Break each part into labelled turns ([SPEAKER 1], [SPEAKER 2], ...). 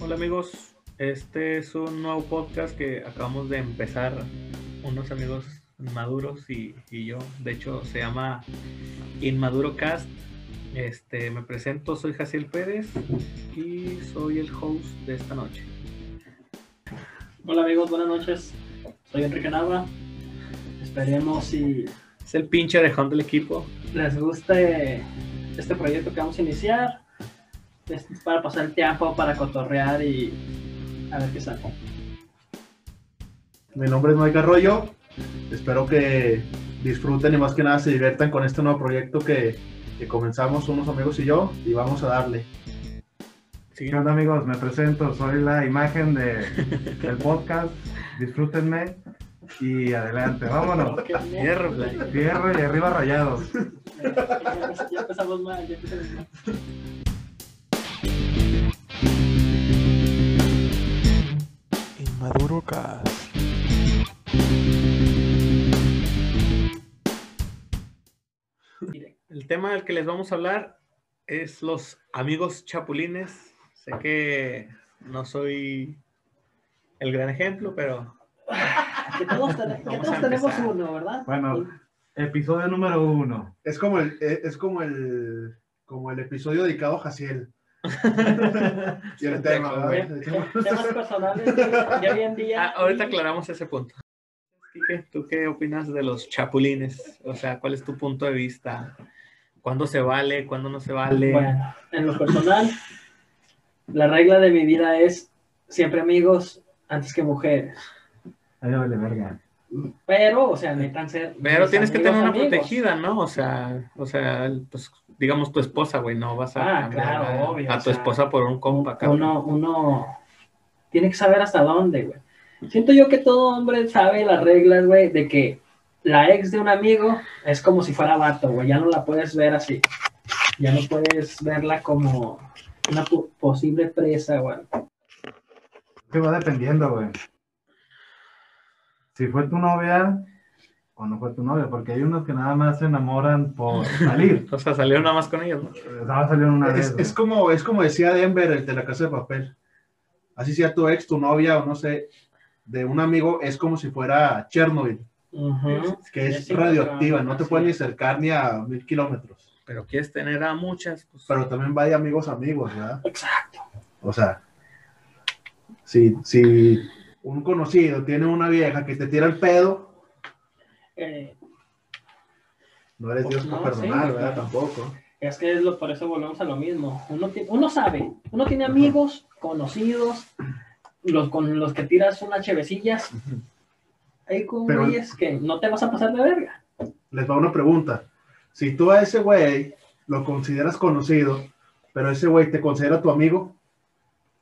[SPEAKER 1] Hola amigos, este es un nuevo podcast que acabamos de empezar unos amigos maduros y, y yo. De hecho, se llama Inmaduro Cast. Este, me presento, soy Jaciel Pérez y soy el host de esta noche.
[SPEAKER 2] Hola amigos, buenas noches. Soy Enrique Nava. Esperemos si
[SPEAKER 1] Es el pinche orejón del equipo.
[SPEAKER 2] les guste este proyecto que vamos a iniciar. Este es para pasar el tiempo, para cotorrear y a ver qué sale.
[SPEAKER 3] Mi nombre es Mike Arroyo. Espero que disfruten y más que nada se diviertan con este nuevo proyecto que, que comenzamos unos amigos y yo y vamos a darle.
[SPEAKER 1] Sí,
[SPEAKER 4] ¿Qué onda amigos? Me presento, soy la imagen de, del podcast, disfrútenme y adelante, vámonos.
[SPEAKER 2] Porque, mira,
[SPEAKER 1] Fierro, play.
[SPEAKER 4] Tierra y arriba rayados.
[SPEAKER 2] Ya empezamos mal, ya empezamos mal.
[SPEAKER 5] Inmaduro Cast.
[SPEAKER 1] El tema del que les vamos a hablar es los amigos chapulines. Sé que no soy el gran ejemplo, pero
[SPEAKER 2] Que todos, ten- que
[SPEAKER 1] Vamos
[SPEAKER 2] todos
[SPEAKER 1] a
[SPEAKER 2] tenemos
[SPEAKER 1] empezar.
[SPEAKER 2] uno, ¿verdad?
[SPEAKER 4] Bueno. Episodio número uno.
[SPEAKER 3] Es como el, eh, es como el, como el episodio dedicado a Jaciel. y el tema, ¿verdad? El tema.
[SPEAKER 2] Y Temas personales, ya hoy en día.
[SPEAKER 1] Ah, ahorita
[SPEAKER 2] y-
[SPEAKER 1] aclaramos ese punto. Quique, ¿tú qué opinas de los chapulines? O sea, ¿cuál es tu punto de vista? ¿Cuándo se vale? ¿Cuándo no se vale?
[SPEAKER 2] Bueno, en lo personal, la regla de mi vida es siempre amigos antes que mujeres.
[SPEAKER 4] Ahí vale verga.
[SPEAKER 2] Pero, o sea, necesitan ser.
[SPEAKER 1] Pero
[SPEAKER 2] mis
[SPEAKER 1] tienes que
[SPEAKER 2] amigos,
[SPEAKER 1] tener una
[SPEAKER 2] amigos.
[SPEAKER 1] protegida, ¿no? O sea, o sea, el- pues, digamos tu esposa, güey, no vas a
[SPEAKER 2] Ah,
[SPEAKER 1] cambiar
[SPEAKER 2] claro,
[SPEAKER 1] a,
[SPEAKER 2] obvio,
[SPEAKER 1] a
[SPEAKER 2] o
[SPEAKER 1] tu
[SPEAKER 2] sea,
[SPEAKER 1] esposa por un compa, cabrón.
[SPEAKER 2] Uno, uno tiene que saber hasta dónde, güey. Siento yo que todo hombre sabe las reglas, güey, de que la ex de un amigo es como si fuera vato, güey. Ya no la puedes ver así. Ya no puedes verla como una po- posible presa, güey.
[SPEAKER 4] Que va dependiendo, güey. Si fue tu novia o no fue tu novia, porque hay unos que nada más se enamoran por salir.
[SPEAKER 1] O sea, salieron nada más con ellos, ¿no?
[SPEAKER 4] Nada más salieron una vez.
[SPEAKER 3] Es,
[SPEAKER 4] güey.
[SPEAKER 3] es como, es como decía Denver, el de la casa de papel. Así sea tu ex, tu novia o no sé, de un amigo, es como si fuera Chernobyl,
[SPEAKER 2] Ujú.
[SPEAKER 3] que es
[SPEAKER 2] Sí, sí,
[SPEAKER 3] radioactiva, no te
[SPEAKER 2] sí.
[SPEAKER 3] pueden ni acercar ni a mil kilómetros.
[SPEAKER 1] Pero quieres tener a muchas, pues,
[SPEAKER 3] pero también va de amigos a amigos, ¿verdad?
[SPEAKER 2] Exacto.
[SPEAKER 3] O sea, si, si un conocido tiene una vieja que te tira el pedo,
[SPEAKER 2] Eh,
[SPEAKER 3] no eres
[SPEAKER 2] Pues
[SPEAKER 3] Dios para
[SPEAKER 2] no,
[SPEAKER 3] perdonar,
[SPEAKER 2] sí,
[SPEAKER 3] ¿verdad?
[SPEAKER 2] claro.
[SPEAKER 3] Tampoco.
[SPEAKER 2] Es que es lo, por eso volvemos a lo mismo. Uno, ti- uno sabe, uno tiene amigos, conocidos, los con los que tiras unas chevecillas. Hay con
[SPEAKER 3] Pero-
[SPEAKER 2] güeyes que no te vas a pasar de verga.
[SPEAKER 3] Les va una pregunta. Si tú a ese güey lo consideras conocido, pero ese güey te considera tu amigo,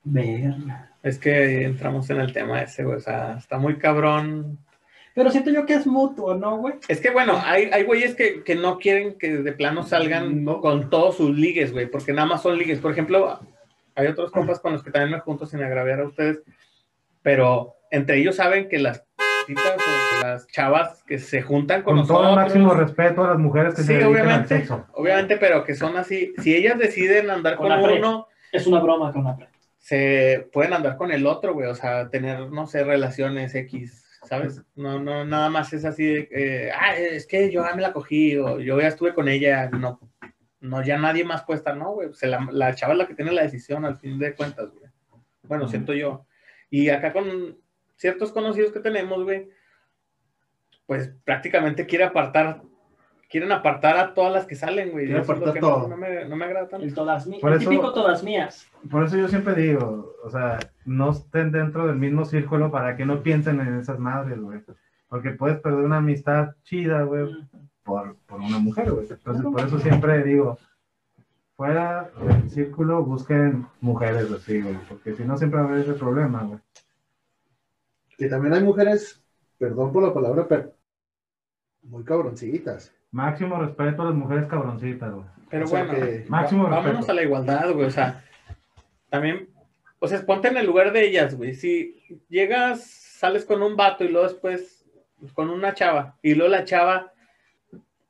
[SPEAKER 2] Verga.
[SPEAKER 1] es que entramos en el tema ese, güey. O sea, está muy cabrón
[SPEAKER 2] Pero siento yo que es mutuo, ¿no, güey?
[SPEAKER 1] Es que bueno, hay, hay güeyes que, que no quieren que de plano salgan
[SPEAKER 3] No.
[SPEAKER 1] con todos sus ligues, güey, porque nada más son ligues. Por ejemplo, hay otros compas con los que también me junto sin agraviar a ustedes, pero entre ellos saben que las titas o las chavas que se juntan con,
[SPEAKER 4] Con todo el
[SPEAKER 1] nosotros,
[SPEAKER 4] máximo respeto a las mujeres que
[SPEAKER 1] Sí,
[SPEAKER 4] se dedican al
[SPEAKER 1] obviamente,
[SPEAKER 4] sexo.
[SPEAKER 1] obviamente, pero que son así, si ellas deciden andar
[SPEAKER 2] Con
[SPEAKER 1] con,
[SPEAKER 2] la pre.
[SPEAKER 1] uno,
[SPEAKER 2] Es una broma con la pre.
[SPEAKER 1] se pueden andar con el otro, güey, o sea, tener, no sé, relaciones X. ¿Sabes? No, no, nada más es así de, eh, ah, es que yo ya me la cogí, o yo ya estuve con ella, no, no, ya nadie más puede estar, no, güey, se la, la chava es la que tiene la decisión al fin de cuentas, güey. Bueno,
[SPEAKER 4] Ujú.
[SPEAKER 1] siento yo. Y acá con ciertos conocidos que tenemos, güey, pues prácticamente quiere apartar, quieren apartar a todas las que salen, güey.
[SPEAKER 3] Quiere
[SPEAKER 1] Eso es lo
[SPEAKER 3] apartar
[SPEAKER 1] que
[SPEAKER 3] todo.
[SPEAKER 1] No, no me, no me agrada tanto.
[SPEAKER 2] El todas mías.
[SPEAKER 4] Por
[SPEAKER 2] El
[SPEAKER 4] eso-
[SPEAKER 2] típico todas mías.
[SPEAKER 4] Por eso yo siempre digo, o sea, no estén dentro del mismo círculo para que no piensen en esas madres, güey. Porque puedes perder una amistad chida, güey,
[SPEAKER 2] Mm.
[SPEAKER 4] por, por una mujer, güey. Entonces, por eso siempre digo, fuera del círculo busquen mujeres así, güey. Porque si no, siempre va a haber ese problema, güey.
[SPEAKER 3] que también hay mujeres, perdón por la palabra, pero muy cabroncitas.
[SPEAKER 4] Máximo respeto a las mujeres cabroncitas, güey.
[SPEAKER 1] Pero
[SPEAKER 3] O sea
[SPEAKER 1] bueno.
[SPEAKER 3] que-
[SPEAKER 4] Máximo
[SPEAKER 1] Va- Vámonos
[SPEAKER 4] respeto.
[SPEAKER 1] a la igualdad, güey. O sea, también, o sea, ponte en el lugar de ellas, güey. Si llegas, sales con un vato y luego después pues, con una chava, y luego la chava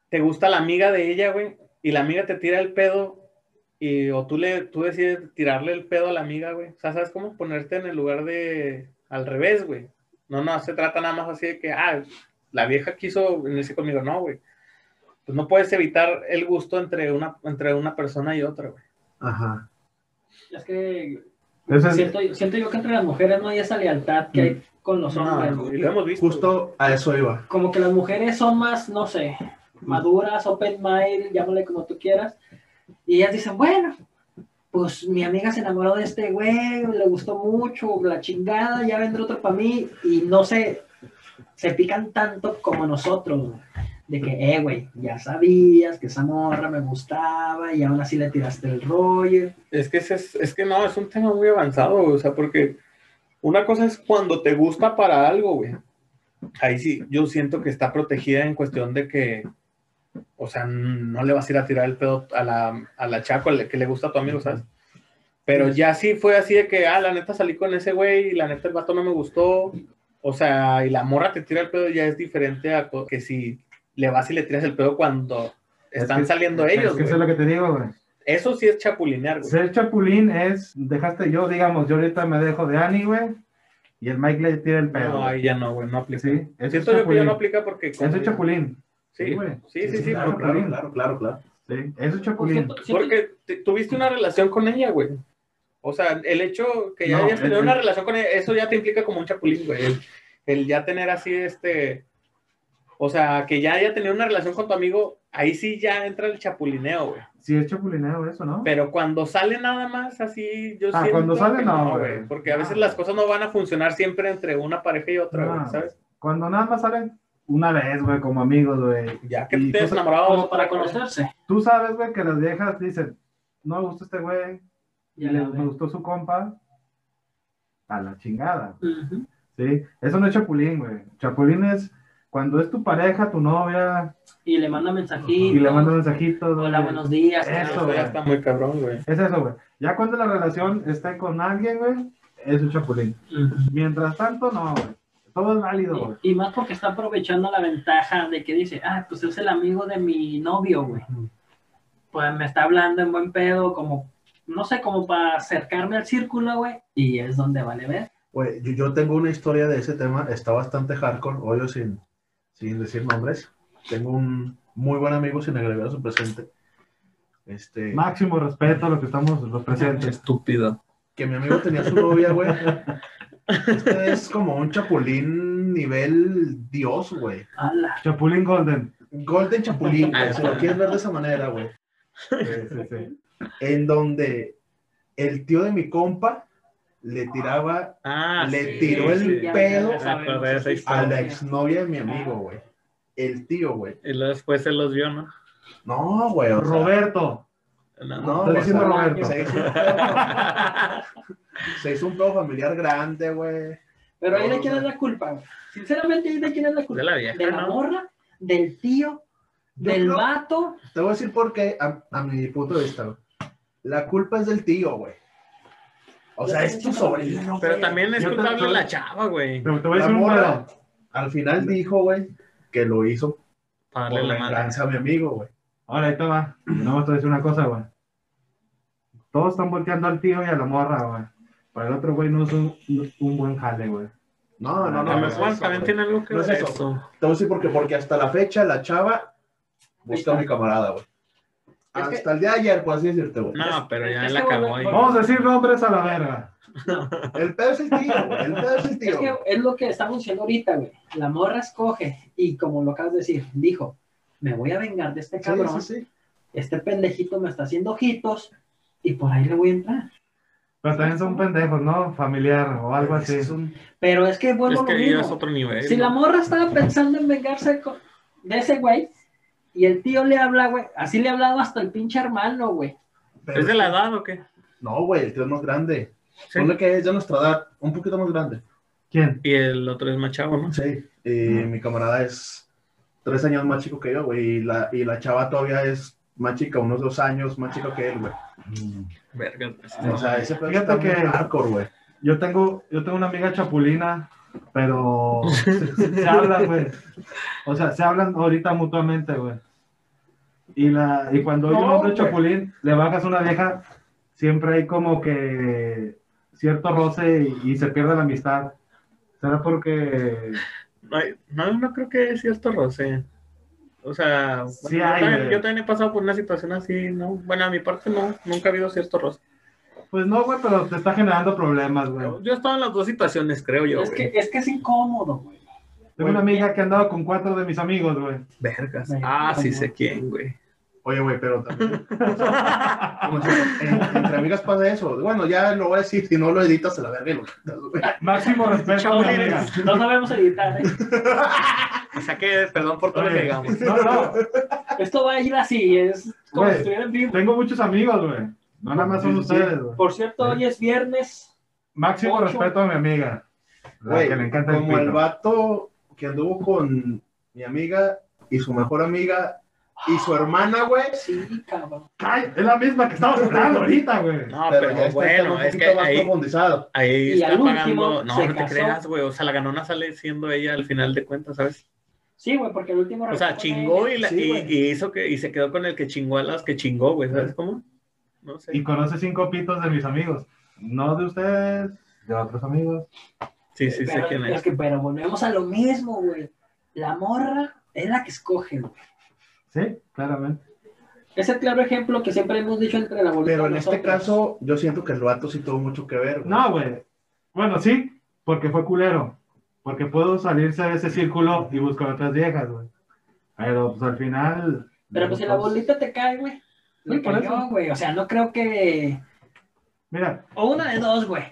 [SPEAKER 1] te gusta la amiga de ella, güey, y la amiga te tira el pedo, Y o tú, le, tú decides tirarle el pedo a la amiga, güey. O sea, ¿sabes cómo ponerte en el lugar de al revés, güey? No, no, se trata nada más así de que, ah, la vieja quiso venirse conmigo. No, güey. Pues no puedes evitar el gusto entre una, entre una persona y otra, güey.
[SPEAKER 3] Ajá.
[SPEAKER 2] Es que
[SPEAKER 4] Eso es-
[SPEAKER 2] siento, siento yo que entre las mujeres no hay esa lealtad que hay con los hombres,
[SPEAKER 1] No, y
[SPEAKER 2] güey.
[SPEAKER 1] lo hemos visto.
[SPEAKER 3] Justo a eso iba.
[SPEAKER 2] Como que las mujeres son más, no sé, maduras, open mind, llámale como tú quieras. Y ellas dicen, bueno, pues mi amiga se enamoró de este güey, le gustó mucho, la chingada, ya vendrá otro para mí. Y no se, se pican tanto como nosotros, güey. De que, eh, güey, ya sabías que esa morra me gustaba y aún así le tiraste el rollo.
[SPEAKER 1] Es que, ese es, es que no, es un tema muy avanzado, güey, o sea, porque una cosa es cuando te gusta para algo, güey. Ahí sí, yo siento que está protegida en cuestión de que, o sea, no le vas a ir a tirar el pedo a la, a la chaco que le gusta a tu amigo, ¿sabes? Pero ya sí fue así de que, ah, la neta salí con ese güey y la neta el vato no me gustó. O sea, y la morra te tira el pedo ya es diferente a co- que si le vas y le tiras el pedo cuando están
[SPEAKER 4] que-
[SPEAKER 1] saliendo
[SPEAKER 4] es
[SPEAKER 1] ellos,
[SPEAKER 4] que
[SPEAKER 1] güey.
[SPEAKER 4] eso es lo que te digo, güey.
[SPEAKER 1] Eso sí es chapulinear, güey.
[SPEAKER 4] Ser chapulín es, dejaste yo, digamos, yo ahorita me dejo de Annie, güey, y el Mike le tira el pedo.
[SPEAKER 1] No, ahí ya no, güey, no aplica.
[SPEAKER 4] Sí, eso
[SPEAKER 1] Siento
[SPEAKER 4] es
[SPEAKER 1] yo que ya
[SPEAKER 4] chapulín.
[SPEAKER 1] no aplica porque.
[SPEAKER 4] Eso es chapulín.
[SPEAKER 1] Sí,
[SPEAKER 4] güey.
[SPEAKER 1] sí, sí, sí.
[SPEAKER 4] Claro,
[SPEAKER 1] porque-
[SPEAKER 3] claro, claro, claro, claro.
[SPEAKER 4] Sí, eso es
[SPEAKER 2] Pues
[SPEAKER 4] chapulín.
[SPEAKER 2] siento- siento-
[SPEAKER 1] Porque te- tuviste una relación con ella, güey. O sea, el hecho que ya
[SPEAKER 4] No,
[SPEAKER 1] hayas tenido
[SPEAKER 4] el-
[SPEAKER 1] una
[SPEAKER 4] el-
[SPEAKER 1] relación con ella, eso ya te implica como un chapulín, güey. El, el ya tener así este. O sea, que ya haya tenido una relación con tu amigo, ahí sí ya entra el chapulineo, güey.
[SPEAKER 4] Sí, es chapulineo eso, ¿no?
[SPEAKER 1] Pero cuando sale nada más así, yo
[SPEAKER 4] Ah,
[SPEAKER 1] siento
[SPEAKER 4] cuando sale,
[SPEAKER 1] que
[SPEAKER 4] no, güey. Ah.
[SPEAKER 1] Porque a
[SPEAKER 4] No.
[SPEAKER 1] veces las cosas no van a funcionar siempre entre una pareja y otra,
[SPEAKER 4] No.
[SPEAKER 1] güey, ¿sabes?
[SPEAKER 4] Cuando nada más salen una vez, güey, como amigos, güey.
[SPEAKER 1] Ya que
[SPEAKER 4] Y
[SPEAKER 1] te has
[SPEAKER 4] cosas-
[SPEAKER 1] enamorado.
[SPEAKER 2] como para conocerse.
[SPEAKER 4] Tú sabes, güey, que las viejas dicen, no me gusta este güey, y
[SPEAKER 2] Ya
[SPEAKER 4] le
[SPEAKER 2] la ve.
[SPEAKER 4] me gustó su compa, a la chingada,
[SPEAKER 2] Ujú.
[SPEAKER 4] ¿sí? Eso no es chapulín, güey. Chapulín es cuando es tu pareja, tu novia,
[SPEAKER 2] Y le manda mensajitos.
[SPEAKER 4] y le mandas mensajitos.
[SPEAKER 2] Hola,
[SPEAKER 4] güey.
[SPEAKER 2] buenos días.
[SPEAKER 4] Eso,
[SPEAKER 1] Eso
[SPEAKER 4] güey.
[SPEAKER 1] ya está muy cabrón, güey.
[SPEAKER 4] Es eso, güey. Ya cuando la relación está con alguien, güey, es un chapulín.
[SPEAKER 2] Ujú.
[SPEAKER 4] Mientras tanto, no, güey. Todo es válido, güey.
[SPEAKER 2] Y, y más porque está aprovechando la ventaja de que dice, ah, pues es el amigo de mi novio, güey. Pues me está hablando en buen pedo, como, no sé, como para acercarme al círculo, güey. Y es donde vale ver.
[SPEAKER 3] Güey, Pues, yo, yo tengo una historia de ese tema, está bastante hardcore, obvio sin, sin decir nombres. Tengo un muy buen amigo sin agregar su presente. Este,
[SPEAKER 4] Máximo respeto a lo que estamos los presentes.
[SPEAKER 1] Estúpido.
[SPEAKER 3] que mi amigo tenía su novia, güey. Este es como un chapulín nivel dios, güey.
[SPEAKER 2] Ala.
[SPEAKER 4] Chapulín Golden.
[SPEAKER 3] Golden Chapulín, güey, si lo quieres ver de esa manera, güey.
[SPEAKER 4] Sí, sí, sí.
[SPEAKER 3] En donde el tío de mi compa le tiraba
[SPEAKER 1] Ah,
[SPEAKER 3] Le
[SPEAKER 1] sí,
[SPEAKER 3] tiró el
[SPEAKER 1] sí.
[SPEAKER 3] pedo
[SPEAKER 1] Ya me acordé de esa
[SPEAKER 3] a
[SPEAKER 1] historia.
[SPEAKER 3] la exnovia de mi amigo, güey. El tío, güey.
[SPEAKER 1] Y luego después se los vio, ¿no?
[SPEAKER 3] No, güey. o sea,
[SPEAKER 4] Roberto.
[SPEAKER 1] No.
[SPEAKER 3] No,
[SPEAKER 4] Está
[SPEAKER 3] o
[SPEAKER 4] diciendo
[SPEAKER 3] sea,
[SPEAKER 4] Roberto.
[SPEAKER 3] Se hizo, un pedo, se hizo un pedo familiar grande, güey.
[SPEAKER 2] Pero ahí de quién es la culpa, güey. Sinceramente, ahí de quién es la
[SPEAKER 1] De
[SPEAKER 2] culpa.
[SPEAKER 1] la vieja,
[SPEAKER 2] De la
[SPEAKER 1] ¿no?
[SPEAKER 2] morra, del tío,
[SPEAKER 3] Yo
[SPEAKER 2] del
[SPEAKER 3] creo-
[SPEAKER 2] vato.
[SPEAKER 3] Te voy a decir por qué, a, a mi punto de vista, güey. La culpa es del tío, güey. O sea, es tu sobrino.
[SPEAKER 1] Pero
[SPEAKER 3] güey.
[SPEAKER 1] también es
[SPEAKER 4] Yo te-
[SPEAKER 1] culpable
[SPEAKER 4] yo-
[SPEAKER 1] la chava, güey.
[SPEAKER 4] Te, te voy a
[SPEAKER 3] La
[SPEAKER 4] decir un
[SPEAKER 3] morra,
[SPEAKER 4] pedo.
[SPEAKER 3] al final dijo, güey, que lo hizo
[SPEAKER 1] Para
[SPEAKER 3] por
[SPEAKER 1] darle la madre.
[SPEAKER 3] venganza a mi amigo, güey.
[SPEAKER 4] Ahora, ahí te va. No, te voy a decir una cosa, güey. Todos están volteando al tío y a la morra, güey. Para el otro güey no es un, un buen jale, güey.
[SPEAKER 3] No, no, no.
[SPEAKER 1] A
[SPEAKER 3] no
[SPEAKER 1] lo
[SPEAKER 3] es
[SPEAKER 1] mejor
[SPEAKER 3] eso,
[SPEAKER 1] también
[SPEAKER 3] güey.
[SPEAKER 1] tiene algo que
[SPEAKER 3] No es
[SPEAKER 1] ver
[SPEAKER 3] eso.
[SPEAKER 1] eso.
[SPEAKER 3] Te voy a decir por qué, porque hasta la fecha la chava busca a mi camarada, güey.
[SPEAKER 2] Es que-
[SPEAKER 3] Hasta el día de ayer, por así decirte, güey.
[SPEAKER 1] No, pero ya
[SPEAKER 2] es
[SPEAKER 1] la
[SPEAKER 2] que
[SPEAKER 1] acabó
[SPEAKER 2] volve-
[SPEAKER 1] ahí.
[SPEAKER 2] volve-
[SPEAKER 4] Vamos a decir nombres a la verga.
[SPEAKER 3] El pedo es el tío, güey. El pedo es el tío.
[SPEAKER 2] Es que es lo que estamos diciendo ahorita, güey. La morra escoge y como lo acabas de decir, dijo, me voy a vengar de este
[SPEAKER 3] Sí,
[SPEAKER 2] cabrón,
[SPEAKER 3] sí, sí.
[SPEAKER 2] este pendejito me está haciendo ojitos y por ahí le voy a entrar.
[SPEAKER 4] Pero también son pendejos, ¿no? Familiar o algo así.
[SPEAKER 3] Es un-
[SPEAKER 2] Pero es que vuelvo
[SPEAKER 1] Es
[SPEAKER 2] a lo
[SPEAKER 1] que yo es
[SPEAKER 2] mismo.
[SPEAKER 1] otro nivel.
[SPEAKER 2] Si la morra estaba pensando en vengarse co- de ese güey y el tío le habla, güey, así le ha hablado hasta el pinche hermano, güey.
[SPEAKER 3] pero-
[SPEAKER 1] ¿Es de la edad o qué?
[SPEAKER 3] No, güey, el tío es más grande.
[SPEAKER 1] Sí.
[SPEAKER 3] Ponle que es de nuestra edad, un poquito más grande.
[SPEAKER 4] ¿Quién?
[SPEAKER 1] Y el otro es más chavo, ¿no?
[SPEAKER 3] Sí. Y mi camarada es tres años más chico que yo, güey. Y la, y la chava todavía es más chica, unos dos años más chica que él, güey.
[SPEAKER 1] Verga. pues,
[SPEAKER 3] O sea, ese pedo
[SPEAKER 4] Fíjate
[SPEAKER 3] está muy
[SPEAKER 4] que-
[SPEAKER 3] hardcore, güey.
[SPEAKER 4] Yo tengo, yo tengo una amiga chapulina, pero se, se- se hablan, güey. O sea, se hablan ahorita mutuamente, güey. Y, la, y cuando hay un
[SPEAKER 2] No,
[SPEAKER 4] hombre
[SPEAKER 2] güey.
[SPEAKER 4] chapulín, le bajas una vieja, siempre hay como que cierto roce y, y se pierde la amistad. ¿Será porque
[SPEAKER 1] No, hay- no, no creo que es cierto roce. O sea, bueno,
[SPEAKER 4] Sí
[SPEAKER 1] yo,
[SPEAKER 4] hay,
[SPEAKER 1] también,
[SPEAKER 4] güey.
[SPEAKER 1] yo también he pasado por una situación así, ¿no? Bueno, a mi parte no, nunca ha habido cierto roce.
[SPEAKER 4] Pues no, güey, pero te está generando problemas, güey.
[SPEAKER 1] Yo he estado en las dos situaciones, creo yo.
[SPEAKER 2] Es que,
[SPEAKER 1] güey.
[SPEAKER 2] es que es incómodo, güey.
[SPEAKER 4] Tengo una amiga que andaba con cuatro de mis amigos, güey.
[SPEAKER 1] Vergas.
[SPEAKER 2] Me-
[SPEAKER 1] Ah, sí
[SPEAKER 2] como-
[SPEAKER 1] sé quién, güey.
[SPEAKER 3] Oye, güey, pero también. como si- en- entre amigas pasa eso. Bueno, ya lo voy a decir. Si no lo editas, a la verga y lo quitas, güey.
[SPEAKER 4] Máximo respeto a mi amiga.
[SPEAKER 2] No sabemos editar, ¿eh?
[SPEAKER 1] O sea que, perdón por todo lo que
[SPEAKER 4] Oye,
[SPEAKER 1] digamos.
[SPEAKER 4] No, no,
[SPEAKER 2] Esto va a ir así, es como
[SPEAKER 4] Güey.
[SPEAKER 2] si estuviera en vivo.
[SPEAKER 4] tengo muchos amigos, güey. No nada más son
[SPEAKER 3] Sí, sí, sí.
[SPEAKER 4] ustedes, güey.
[SPEAKER 2] Por cierto, hoy es viernes.
[SPEAKER 4] Máximo
[SPEAKER 2] Ocho.
[SPEAKER 4] respeto a mi amiga. La
[SPEAKER 3] Güey,
[SPEAKER 4] que le encanta el
[SPEAKER 3] como el
[SPEAKER 4] pito.
[SPEAKER 3] vato que anduvo con mi amiga y su mejor amiga y su hermana, güey.
[SPEAKER 2] Sí, cabrón.
[SPEAKER 4] ¡Ay! Es la misma que estamos hablando ahorita, güey.
[SPEAKER 1] No,
[SPEAKER 3] pero,
[SPEAKER 1] Ah, pero,
[SPEAKER 3] ya está está
[SPEAKER 1] bueno,
[SPEAKER 3] un
[SPEAKER 1] es
[SPEAKER 3] poquito
[SPEAKER 1] que
[SPEAKER 3] más
[SPEAKER 1] ahí,
[SPEAKER 3] profundizado.
[SPEAKER 1] ahí
[SPEAKER 2] Y
[SPEAKER 1] está
[SPEAKER 2] al último
[SPEAKER 1] pagando.
[SPEAKER 2] se
[SPEAKER 1] No, no te
[SPEAKER 2] casó.
[SPEAKER 1] creas, güey. O sea, la ganona sale siendo ella al final de cuentas, ¿sabes?
[SPEAKER 2] Sí, güey, porque el último
[SPEAKER 1] O sea,
[SPEAKER 2] recuerdo
[SPEAKER 1] chingó
[SPEAKER 2] de
[SPEAKER 1] y,
[SPEAKER 2] ella-
[SPEAKER 1] la-
[SPEAKER 2] Sí,
[SPEAKER 1] y-
[SPEAKER 2] güey.
[SPEAKER 1] y hizo que y se quedó con el que chingó a las que chingó, güey. ¿Sabes cómo? No sé.
[SPEAKER 4] Y conoce cinco pitos de mis amigos. No de ustedes, de otros amigos.
[SPEAKER 1] Sí, sí, sé
[SPEAKER 2] pero,
[SPEAKER 1] quién
[SPEAKER 2] es
[SPEAKER 1] es.
[SPEAKER 2] que, pero volvemos a lo mismo, güey. La morra es la que escoge, güey.
[SPEAKER 4] Sí, claramente.
[SPEAKER 2] Es el claro ejemplo que siempre hemos dicho entre la bolita
[SPEAKER 3] Pero en
[SPEAKER 2] y
[SPEAKER 3] este
[SPEAKER 2] nosotros.
[SPEAKER 3] caso, yo siento que el vato sí tuvo mucho que ver. güey.
[SPEAKER 4] No, güey. Bueno, sí, porque fue culero. Porque puedo salirse de ese círculo y buscar otras viejas, güey. Pero pues al final.
[SPEAKER 2] Pero pues si la bolita te cae, güey.
[SPEAKER 4] Sí,
[SPEAKER 2] Le
[SPEAKER 4] por
[SPEAKER 2] cayó,
[SPEAKER 4] eso.
[SPEAKER 2] güey. O sea, no creo que.
[SPEAKER 4] Mira,
[SPEAKER 2] O una de dos, güey.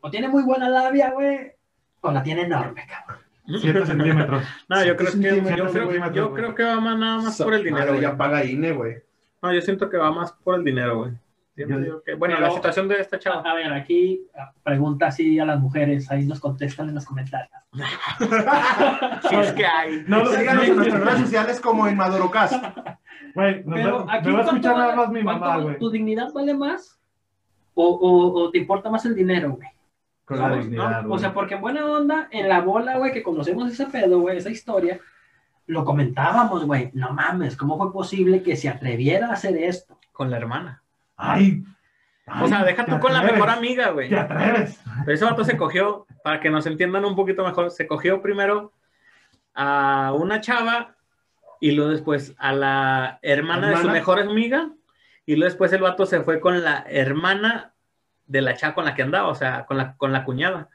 [SPEAKER 2] O tiene muy buena labia, güey. O la tiene enorme, cabrón.
[SPEAKER 4] 7 centímetros.
[SPEAKER 1] No, yo creo,
[SPEAKER 3] Sí, sí,
[SPEAKER 1] que,
[SPEAKER 3] sí,
[SPEAKER 1] yo,
[SPEAKER 4] sí,
[SPEAKER 1] creo,
[SPEAKER 4] sí,
[SPEAKER 1] yo
[SPEAKER 4] sí,
[SPEAKER 1] creo que va más nada más
[SPEAKER 3] Sa-
[SPEAKER 1] por el dinero.
[SPEAKER 3] madre,
[SPEAKER 1] güey.
[SPEAKER 3] ya paga INE, güey.
[SPEAKER 1] No, yo siento que va más por el dinero, güey. Siento
[SPEAKER 4] Yo-
[SPEAKER 1] yo que- Bueno,
[SPEAKER 2] Pero-
[SPEAKER 1] la situación de esta chava.
[SPEAKER 2] A ver, aquí ah, pregunta así a las mujeres. Ahí nos contestan en los comentarios.
[SPEAKER 1] Si es que hay.
[SPEAKER 4] No lo
[SPEAKER 3] Síganos en nuestras redes sociales como en Madurocast.
[SPEAKER 4] Güey, nos
[SPEAKER 2] Pero
[SPEAKER 4] va-
[SPEAKER 2] aquí
[SPEAKER 4] me va a
[SPEAKER 2] ¿cuánto
[SPEAKER 4] escuchar nada
[SPEAKER 2] vale-
[SPEAKER 4] más mi
[SPEAKER 2] cuánto
[SPEAKER 4] mamá,
[SPEAKER 2] vale-
[SPEAKER 4] güey.
[SPEAKER 2] ¿Tu dignidad vale más? O, o- o te importa más el dinero, güey?
[SPEAKER 4] Con
[SPEAKER 1] No,
[SPEAKER 4] la
[SPEAKER 1] no,
[SPEAKER 4] dignidad,
[SPEAKER 2] O
[SPEAKER 4] güey.
[SPEAKER 2] sea, porque en buena onda, en la bola, güey, que conocemos ese pedo, güey, esa historia, lo comentábamos, güey. No mames, ¿cómo fue posible que se atreviera a hacer esto?
[SPEAKER 1] Con la hermana.
[SPEAKER 4] Ay.
[SPEAKER 1] O sea,
[SPEAKER 4] ay,
[SPEAKER 1] deja
[SPEAKER 4] te
[SPEAKER 1] tú con la
[SPEAKER 4] atreves,
[SPEAKER 1] mejor amiga, güey.
[SPEAKER 4] Te atreves.
[SPEAKER 1] Pero ese vato se cogió, para que nos entiendan un poquito mejor, se cogió primero a una chava y luego después a la hermana, de su
[SPEAKER 3] ¿Hermana?
[SPEAKER 1] mejor amiga y luego después el vato se fue con la hermana de la chava con la que andaba, o sea, con la, con la cuñada.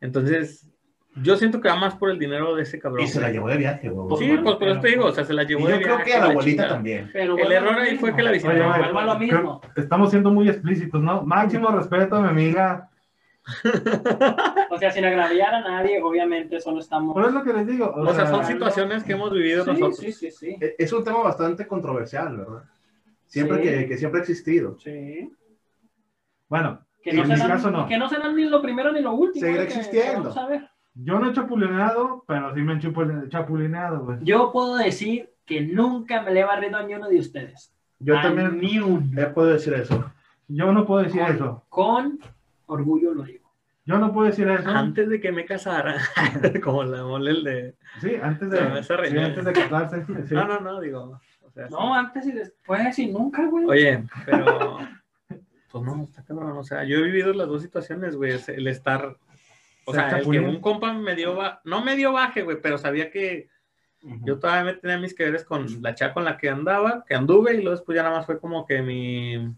[SPEAKER 1] Entonces, yo siento que va más por el dinero de ese cabrón.
[SPEAKER 3] Y se la llevó de viaje, güey.
[SPEAKER 1] Sí,
[SPEAKER 2] Bueno,
[SPEAKER 1] pues por eso
[SPEAKER 2] pero-
[SPEAKER 1] te digo, o sea, se la
[SPEAKER 3] Y
[SPEAKER 1] llevó
[SPEAKER 3] yo
[SPEAKER 1] de
[SPEAKER 3] creo
[SPEAKER 1] viaje,
[SPEAKER 3] que a la abuelita
[SPEAKER 1] chingada.
[SPEAKER 3] también.
[SPEAKER 2] Pero
[SPEAKER 1] El
[SPEAKER 2] vuelvo a lo
[SPEAKER 1] error ahí
[SPEAKER 2] mismo.
[SPEAKER 1] fue que la visitó.
[SPEAKER 4] Oye, güey,
[SPEAKER 2] Vuelvo a lo mismo.
[SPEAKER 4] Estamos siendo muy explícitos, ¿no? Máximo respeto a mi amiga.
[SPEAKER 2] O sea, sin agraviar a nadie, obviamente, solo estamos...
[SPEAKER 4] Por eso es lo que les digo. O,
[SPEAKER 1] O sea, son
[SPEAKER 2] sí,
[SPEAKER 1] situaciones que hemos vivido
[SPEAKER 2] Sí,
[SPEAKER 1] nosotros.
[SPEAKER 2] sí, sí, sí.
[SPEAKER 3] E- Es un tema bastante controversial, ¿verdad? Siempre
[SPEAKER 2] Sí.
[SPEAKER 3] que, que siempre ha existido.
[SPEAKER 2] Sí.
[SPEAKER 4] Bueno,
[SPEAKER 2] Que
[SPEAKER 4] En
[SPEAKER 2] no,
[SPEAKER 4] mi
[SPEAKER 2] serán,
[SPEAKER 4] caso, no.
[SPEAKER 2] que no serán ni lo primero ni lo último.
[SPEAKER 3] Seguirá
[SPEAKER 2] eh, que- que
[SPEAKER 3] existiendo.
[SPEAKER 2] vamos a ver.
[SPEAKER 4] yo no he chapulineado, pero sí me han chupul- chapulineado, güey.
[SPEAKER 2] Yo puedo decir que nunca me le he barrido a ni uno de ustedes.
[SPEAKER 3] Yo
[SPEAKER 2] A
[SPEAKER 3] también
[SPEAKER 2] Ni uno.
[SPEAKER 3] he podido decir eso.
[SPEAKER 4] Yo no puedo decir
[SPEAKER 2] Con-
[SPEAKER 4] eso.
[SPEAKER 2] Con orgullo lo digo.
[SPEAKER 4] Yo no puedo decir eso.
[SPEAKER 1] Antes de que me casara, como la mole el de...
[SPEAKER 4] Sí, antes
[SPEAKER 1] Se me
[SPEAKER 4] de,
[SPEAKER 1] hace reír.
[SPEAKER 4] sí, antes de casarse. sí.
[SPEAKER 1] No, no, no, digo. o sea,
[SPEAKER 2] No, antes y después y nunca, güey.
[SPEAKER 1] Oye, pero. Pues no, está cabrón. O sea, yo he vivido las dos situaciones, güey. es El estar. O
[SPEAKER 4] Ser
[SPEAKER 1] sea, el que
[SPEAKER 4] chapulín.
[SPEAKER 1] un compa me dio. ba- No me dio baje, güey, pero sabía que yo todavía me tenía mis que veres con la chava con la que andaba, que anduve, y luego después ya nada más fue como que mi.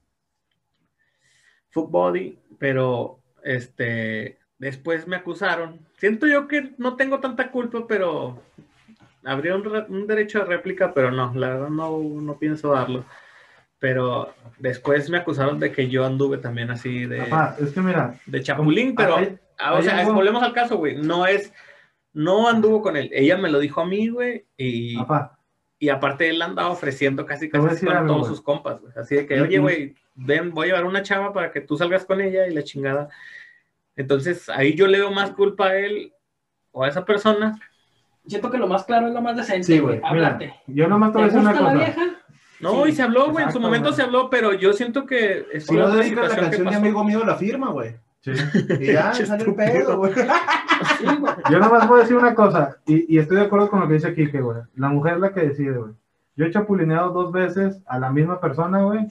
[SPEAKER 1] Food body, pero este. Después me acusaron. Siento yo que no tengo tanta culpa, pero. Habría un, re- un derecho de réplica, pero no, la verdad no, no pienso darlo. Pero después me acusaron de que yo anduve también así de,
[SPEAKER 4] Papá, es que mira,
[SPEAKER 1] de chapulín, pero,
[SPEAKER 4] hay-
[SPEAKER 1] ah, o
[SPEAKER 4] hay
[SPEAKER 1] sea, es-
[SPEAKER 4] algo-
[SPEAKER 1] volvemos al caso, güey, no es, no anduvo con él, ella me lo dijo a mí, güey, y,
[SPEAKER 4] papá,
[SPEAKER 1] y aparte él andaba ofreciendo casi
[SPEAKER 4] Te voy a
[SPEAKER 1] casi
[SPEAKER 4] decir
[SPEAKER 1] con
[SPEAKER 4] algo,
[SPEAKER 1] todos
[SPEAKER 4] güey.
[SPEAKER 1] sus compas, güey, así de que,
[SPEAKER 4] Yo-
[SPEAKER 1] oye,
[SPEAKER 4] yo-
[SPEAKER 1] güey, ven, voy a llevar una chava para que tú salgas con ella y la chingada. Entonces, ahí yo le veo más culpa a él o a esa persona.
[SPEAKER 2] Siento que lo más claro es lo más decente.
[SPEAKER 3] Sí, güey,
[SPEAKER 4] mira,
[SPEAKER 2] Háblate.
[SPEAKER 4] yo nomás te
[SPEAKER 2] ¿Te
[SPEAKER 4] voy a
[SPEAKER 2] gusta
[SPEAKER 4] decir una
[SPEAKER 2] la
[SPEAKER 4] cosa.
[SPEAKER 2] vieja?
[SPEAKER 1] No,
[SPEAKER 2] Sí,
[SPEAKER 1] y se habló, güey, en
[SPEAKER 4] exacto,
[SPEAKER 1] su momento
[SPEAKER 4] güey.
[SPEAKER 1] se habló, pero yo siento que es
[SPEAKER 3] Si no
[SPEAKER 1] otra
[SPEAKER 3] dedicas la
[SPEAKER 1] situación que
[SPEAKER 3] canción de
[SPEAKER 1] pasó.
[SPEAKER 3] amigo mío, la firma, güey.
[SPEAKER 4] Sí.
[SPEAKER 3] Y ya, sale el pedo, güey.
[SPEAKER 2] Sí, güey.
[SPEAKER 4] Yo nomás voy a decir una cosa, y, y estoy de acuerdo con lo que dice Kike, güey. La mujer es la que decide, güey. Yo he chapulineado dos veces a la misma persona, güey.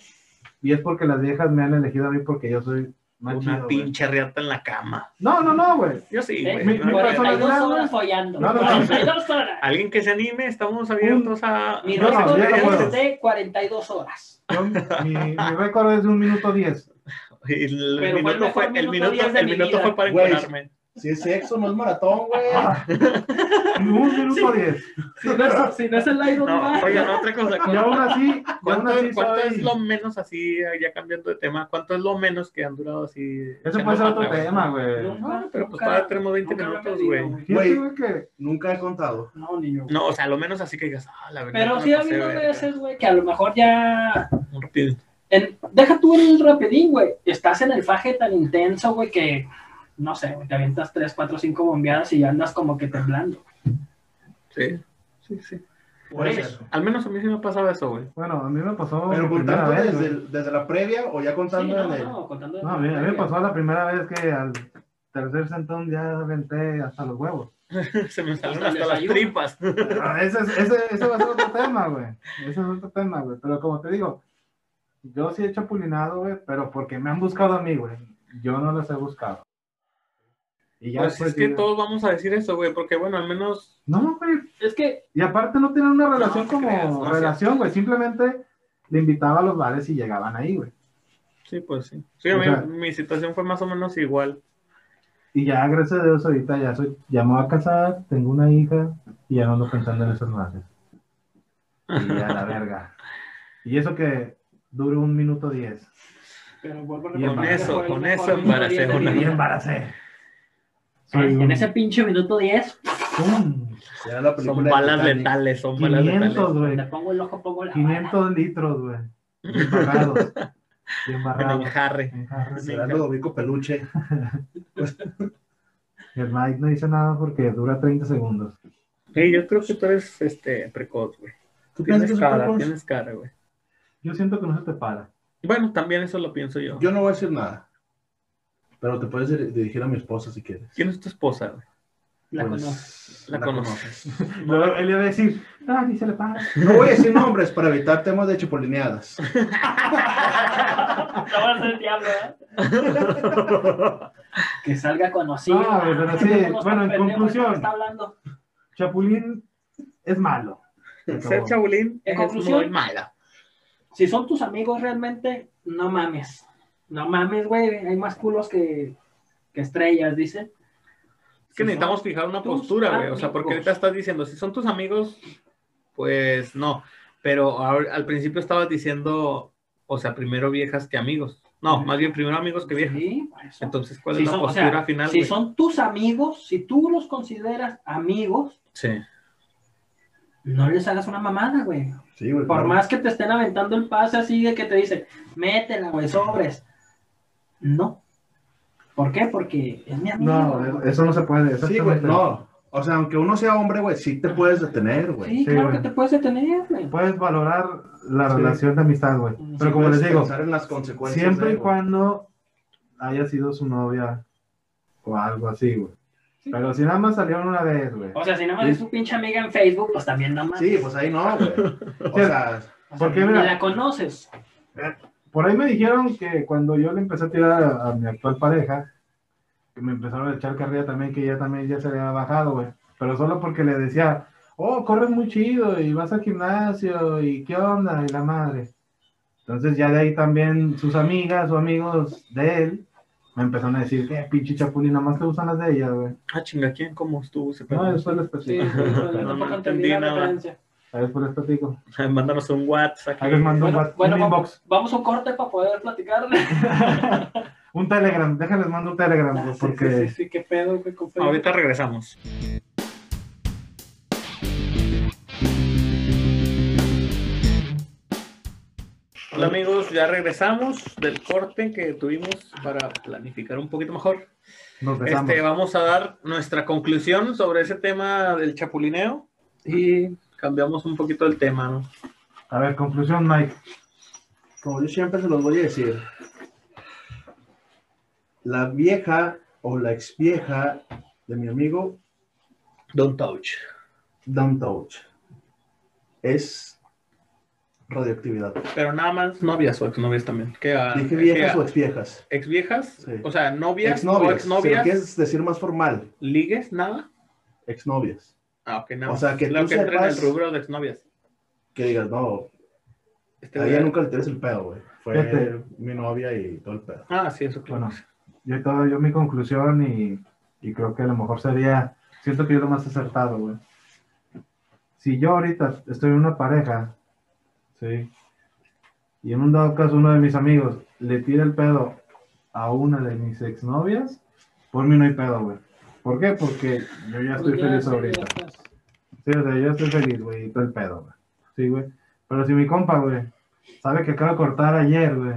[SPEAKER 4] Y es porque las viejas me han elegido a mí porque yo soy más
[SPEAKER 1] Una
[SPEAKER 4] chido, güey.
[SPEAKER 1] pinche riata en la cama.
[SPEAKER 4] No, no, no, güey.
[SPEAKER 1] Yo sí,
[SPEAKER 2] ¿Eh?
[SPEAKER 1] güey.
[SPEAKER 4] Mi-
[SPEAKER 1] no
[SPEAKER 4] mi
[SPEAKER 1] hay pedo.
[SPEAKER 2] 42
[SPEAKER 4] persona- personalidad,
[SPEAKER 2] horas
[SPEAKER 4] güey.
[SPEAKER 2] follando.
[SPEAKER 4] No, no, no.
[SPEAKER 2] 42 horas.
[SPEAKER 1] Alguien que se anime, estamos abiertos a.
[SPEAKER 2] Mi
[SPEAKER 4] No, no,
[SPEAKER 2] récord
[SPEAKER 4] yo no puedo.
[SPEAKER 2] es de 42 horas.
[SPEAKER 4] Yo- mi, mi récord es de un minuto diez.
[SPEAKER 1] El
[SPEAKER 2] Pero fue el
[SPEAKER 1] minuto fue,
[SPEAKER 2] mejor
[SPEAKER 1] el minuto,
[SPEAKER 2] minuto diez de
[SPEAKER 1] el
[SPEAKER 2] mi
[SPEAKER 1] minuto
[SPEAKER 2] vida.
[SPEAKER 1] fue para
[SPEAKER 3] Güey.
[SPEAKER 1] encuadrarme.
[SPEAKER 3] Si es sexo, no es maratón, güey.
[SPEAKER 4] Un minuto diez.
[SPEAKER 2] Si no es, si no es el Iron Man.
[SPEAKER 1] No, oigan, otra cosa.
[SPEAKER 4] Y
[SPEAKER 1] ¿Cuánto,
[SPEAKER 4] aún así, y aún
[SPEAKER 1] cuánto-
[SPEAKER 4] así
[SPEAKER 1] cuánto
[SPEAKER 4] soy-
[SPEAKER 1] es lo menos así, ya cambiando de tema? ¿Cuánto es lo menos que han durado así?
[SPEAKER 4] Eso
[SPEAKER 1] echando
[SPEAKER 4] puede ser otro
[SPEAKER 1] pata, güey?
[SPEAKER 4] tema, güey.
[SPEAKER 1] No, pero pues
[SPEAKER 2] Nunca-
[SPEAKER 1] todavía tenemos 20
[SPEAKER 2] nunca lo he
[SPEAKER 1] minutos,
[SPEAKER 2] medido,
[SPEAKER 1] güey.
[SPEAKER 4] Fíjate,
[SPEAKER 3] Güey.
[SPEAKER 4] güey, que
[SPEAKER 3] Nunca he contado.
[SPEAKER 2] No, ni yo.
[SPEAKER 1] No, o sea, lo menos así que digas, ah, la verdad.
[SPEAKER 2] Pero
[SPEAKER 1] me
[SPEAKER 2] sí ha
[SPEAKER 1] pasé
[SPEAKER 2] habido
[SPEAKER 1] verga.
[SPEAKER 2] veces, güey, que a lo mejor ya.
[SPEAKER 1] Un rápido.
[SPEAKER 2] en- deja tú el rapidín, güey. Estás en el faje tan intenso, güey, que. No sé, güey, te avientas 3, 4, 5 bombeadas y ya andas como que temblando.
[SPEAKER 1] Sí, sí, sí.
[SPEAKER 3] Puede
[SPEAKER 2] Güey.
[SPEAKER 3] ser.
[SPEAKER 1] Al menos a mí sí me ha pasado eso, güey.
[SPEAKER 4] Bueno, a mí me pasó.
[SPEAKER 3] Pero
[SPEAKER 4] la primera
[SPEAKER 3] contando
[SPEAKER 4] vez,
[SPEAKER 3] desde,
[SPEAKER 4] güey.
[SPEAKER 3] el- desde la previa o ya contando
[SPEAKER 2] Sí,
[SPEAKER 3] en
[SPEAKER 2] no,
[SPEAKER 3] el.
[SPEAKER 2] no, contando de
[SPEAKER 4] No, a mí, a mí me
[SPEAKER 2] memoria.
[SPEAKER 4] pasó la primera vez que al tercer sentón ya aventé hasta los huevos.
[SPEAKER 1] Se me salieron
[SPEAKER 2] Hasta el
[SPEAKER 1] hasta las
[SPEAKER 2] desayuno.
[SPEAKER 1] tripas.
[SPEAKER 4] Pero Ese, es- ese, ese va a ser otro tema, güey. Ese es otro tema, güey. Pero como te digo, yo sí he chapulinado, güey, pero porque me han buscado a mí, güey. Yo no los he buscado. Y ya
[SPEAKER 1] Pues
[SPEAKER 4] después
[SPEAKER 1] es que
[SPEAKER 4] digo,
[SPEAKER 1] todos vamos a decir eso, güey, porque bueno, al menos
[SPEAKER 4] No, güey.
[SPEAKER 2] Es que.
[SPEAKER 4] Y aparte no tienen una relación
[SPEAKER 1] te
[SPEAKER 4] como
[SPEAKER 1] creas, no es
[SPEAKER 4] relación, güey. Simplemente le invitaba a los bares y llegaban ahí, güey.
[SPEAKER 1] sí, pues sí. Sí, a mí
[SPEAKER 4] O sea-
[SPEAKER 1] mi situación fue más o menos igual.
[SPEAKER 4] Y ya, gracias a Dios, ahorita ya soy, ya me voy a casar, tengo una hija y ya no ando pensando en esas madres. Y ya la verga. Y eso que dure un minuto diez.
[SPEAKER 2] Pero vuelvo a
[SPEAKER 4] Y
[SPEAKER 2] repetir,
[SPEAKER 4] eso,
[SPEAKER 2] fue el
[SPEAKER 1] con
[SPEAKER 2] mejor
[SPEAKER 1] eso
[SPEAKER 2] minuto
[SPEAKER 1] embaracé
[SPEAKER 2] diez de mi
[SPEAKER 1] una.
[SPEAKER 4] Y
[SPEAKER 2] vida.
[SPEAKER 4] embaracé. Soy
[SPEAKER 2] En
[SPEAKER 4] un-
[SPEAKER 2] ese pinche minuto 10,
[SPEAKER 4] ¡pum!
[SPEAKER 3] Era la
[SPEAKER 1] Son
[SPEAKER 3] película de
[SPEAKER 1] balas
[SPEAKER 3] Titanic.
[SPEAKER 1] letales, son balas letales.
[SPEAKER 4] 500, güey.
[SPEAKER 2] donde pongo el ojo, pongo la. bala.
[SPEAKER 4] 500 litros, güey. Y Embarrados. Y
[SPEAKER 1] En
[SPEAKER 4] embarrados.
[SPEAKER 1] el jarre.
[SPEAKER 4] En jarras.
[SPEAKER 3] Será Ludovico Peluche.
[SPEAKER 4] Y El Mike no dice nada porque dura 30 segundos.
[SPEAKER 1] Sí, yo creo que tú eres este, precoz, güey.
[SPEAKER 3] ¿Tú piensas que
[SPEAKER 1] Tienes
[SPEAKER 3] soy
[SPEAKER 1] cara,
[SPEAKER 3] precoz?
[SPEAKER 1] tienes cara, güey.
[SPEAKER 4] Yo siento que no se te para.
[SPEAKER 1] Bueno, también eso lo pienso yo.
[SPEAKER 3] Yo no voy a decir nada. Pero te puedes dir- dirigir a mi esposa si quieres.
[SPEAKER 1] ¿Quién es tu esposa, güey?
[SPEAKER 2] La
[SPEAKER 3] Pues,
[SPEAKER 2] conozco.
[SPEAKER 1] La conoces.
[SPEAKER 4] Luego él le va a decir, ah, ni se le para.
[SPEAKER 3] No voy a decir nombres para evitar temas de chapulineadas.
[SPEAKER 2] No va a ser diablo, ¿verdad? Que salga conocido.
[SPEAKER 4] Ah, güey, pero sí,
[SPEAKER 2] Nosotros
[SPEAKER 4] bueno,
[SPEAKER 2] aprendemos
[SPEAKER 4] en
[SPEAKER 2] de lo
[SPEAKER 4] conclusión.
[SPEAKER 2] que Está hablando.
[SPEAKER 4] Chapulín es malo.
[SPEAKER 1] Ser chabulín
[SPEAKER 2] En
[SPEAKER 1] es
[SPEAKER 2] conclusión-
[SPEAKER 1] muy mala.
[SPEAKER 2] Si son tus amigos realmente, no mames. No mames, güey. Hay más culos que, que estrellas, dicen.
[SPEAKER 1] Es que
[SPEAKER 2] Si
[SPEAKER 1] necesitamos fijar una
[SPEAKER 2] tus
[SPEAKER 1] postura, güey. O sea,
[SPEAKER 2] amigos.
[SPEAKER 1] porque ahorita estás diciendo, si son tus amigos, pues no. Pero ahor- al principio estabas diciendo, o sea, primero viejas que amigos. No, más bien primero amigos que
[SPEAKER 2] son-
[SPEAKER 1] viejas.
[SPEAKER 2] Sí, por eso.
[SPEAKER 1] Entonces, ¿cuál
[SPEAKER 2] Si
[SPEAKER 1] es la
[SPEAKER 2] son- o
[SPEAKER 1] postura
[SPEAKER 2] sea,
[SPEAKER 1] final?
[SPEAKER 2] si
[SPEAKER 1] güey?
[SPEAKER 2] son tus amigos, si tú los consideras amigos,
[SPEAKER 1] Sí.
[SPEAKER 2] no les hagas una mamada, güey.
[SPEAKER 3] Sí, güey.
[SPEAKER 2] Por
[SPEAKER 3] claro.
[SPEAKER 2] más que te estén aventando el pase así de que te dicen, métela, güey, sobres. No. ¿Por qué? Porque es mi amigo.
[SPEAKER 4] No,
[SPEAKER 2] güey.
[SPEAKER 4] eso no se puede.
[SPEAKER 3] Sí, güey,
[SPEAKER 4] exactamente.
[SPEAKER 3] no. O sea, aunque uno sea hombre, güey, sí te puedes detener, güey.
[SPEAKER 2] Sí,
[SPEAKER 4] Sí,
[SPEAKER 2] claro
[SPEAKER 4] güey.
[SPEAKER 2] que te puedes detener, güey.
[SPEAKER 4] Puedes valorar la
[SPEAKER 3] Sí.
[SPEAKER 4] relación de amistad, güey.
[SPEAKER 2] Sí,
[SPEAKER 4] Pero como
[SPEAKER 3] Puedes
[SPEAKER 4] les digo,
[SPEAKER 3] pensar en las consecuencias.
[SPEAKER 4] siempre
[SPEAKER 3] de,
[SPEAKER 4] y
[SPEAKER 3] güey.
[SPEAKER 4] cuando haya sido su novia o algo así, güey.
[SPEAKER 2] Sí.
[SPEAKER 4] Pero si nada más salieron una vez, güey.
[SPEAKER 2] O sea, si nada más
[SPEAKER 4] Sí.
[SPEAKER 2] es tu pinche amiga en Facebook, pues también nada más.
[SPEAKER 3] Sí, pues ahí no, güey. O
[SPEAKER 4] Sí.
[SPEAKER 3] sea,
[SPEAKER 4] porque
[SPEAKER 2] ni
[SPEAKER 4] mira-
[SPEAKER 2] la conoces.
[SPEAKER 4] Por ahí me dijeron que cuando yo le empecé a tirar a, a mi actual pareja, que me empezaron a echar carrera también, que ella también ya se había bajado, güey. Pero solo porque le decía, oh, corres muy chido y vas al gimnasio y qué onda, y la madre. Entonces ya de ahí también sus amigas o amigos de él me empezaron a decir, que pinche chapulín, nada más te usan las de ella, güey.
[SPEAKER 1] Ah, chinga, ¿quién? ¿Cómo estuvo ese pedo?
[SPEAKER 4] No, después les
[SPEAKER 1] yo
[SPEAKER 4] platico.
[SPEAKER 1] tampoco no entendí entendí la nada. referencia.
[SPEAKER 4] Ahí Después les platico.
[SPEAKER 1] Mándanos un WhatsApp. aquí.
[SPEAKER 4] Ahí les mando un
[SPEAKER 2] Bueno,
[SPEAKER 4] whats-
[SPEAKER 2] bueno,
[SPEAKER 4] un inbox,
[SPEAKER 2] vamos, vamos a un corte para poder platicar.
[SPEAKER 4] un telegram, déjales mando un telegram, güey, porque...
[SPEAKER 2] Ah, Sí, sí, sí, qué pedo, güey, con Facebook.
[SPEAKER 1] Ahorita regresamos. Hola amigos, ya regresamos del corte que tuvimos para planificar un poquito mejor.
[SPEAKER 4] nos besamos.
[SPEAKER 1] Este, vamos a dar nuestra conclusión sobre ese tema del chapulineo y cambiamos un poquito el tema, ¿no?
[SPEAKER 4] A ver, conclusión, Mike.
[SPEAKER 3] como yo siempre se los voy a decir, la vieja o la ex vieja de mi amigo
[SPEAKER 1] Don't touch.
[SPEAKER 3] Down Touch es radioactividad.
[SPEAKER 1] Pero nada más novias o exnovias también. Que, ah,
[SPEAKER 3] Dije
[SPEAKER 1] que,
[SPEAKER 3] viejas o
[SPEAKER 1] ah,
[SPEAKER 3] exviejas.
[SPEAKER 1] ¿Exviejas?
[SPEAKER 3] Sí.
[SPEAKER 1] O sea, novias o
[SPEAKER 3] Exnovias. Si lo
[SPEAKER 1] exnovias,
[SPEAKER 3] quieres decir más formal,
[SPEAKER 1] ligues, nada.
[SPEAKER 3] exnovias.
[SPEAKER 1] Ah, ok, nada.
[SPEAKER 3] O
[SPEAKER 1] más.
[SPEAKER 3] sea, que
[SPEAKER 1] Lo
[SPEAKER 3] tú
[SPEAKER 1] que entra en el
[SPEAKER 3] sepas-
[SPEAKER 1] rubro de exnovias.
[SPEAKER 3] Que digas, no,
[SPEAKER 1] Este
[SPEAKER 3] a
[SPEAKER 1] güey-
[SPEAKER 3] ella nunca le tienes el pedo, güey. Fue
[SPEAKER 4] Fíjate.
[SPEAKER 3] mi novia y todo el pedo.
[SPEAKER 1] Ah, sí, eso claro.
[SPEAKER 4] Bueno, yo, todo, yo mi conclusión y, y creo que a lo mejor sería, siento que yo lo más acertado, güey. Si yo ahorita estoy en una pareja, ¿sí? Y en un dado caso uno de mis amigos le tira el pedo a una de mis exnovias, por mí no hay pedo, güey. ¿Por qué? Porque yo ya estoy
[SPEAKER 2] Pues ya,
[SPEAKER 4] feliz
[SPEAKER 2] sí,
[SPEAKER 4] ahorita.
[SPEAKER 2] ya estás.
[SPEAKER 4] Sí, o sea, yo estoy feliz, güey, y todo el pedo, güey. Sí, güey. Pero si mi compa, güey, sabe que acaba de cortar ayer, güey,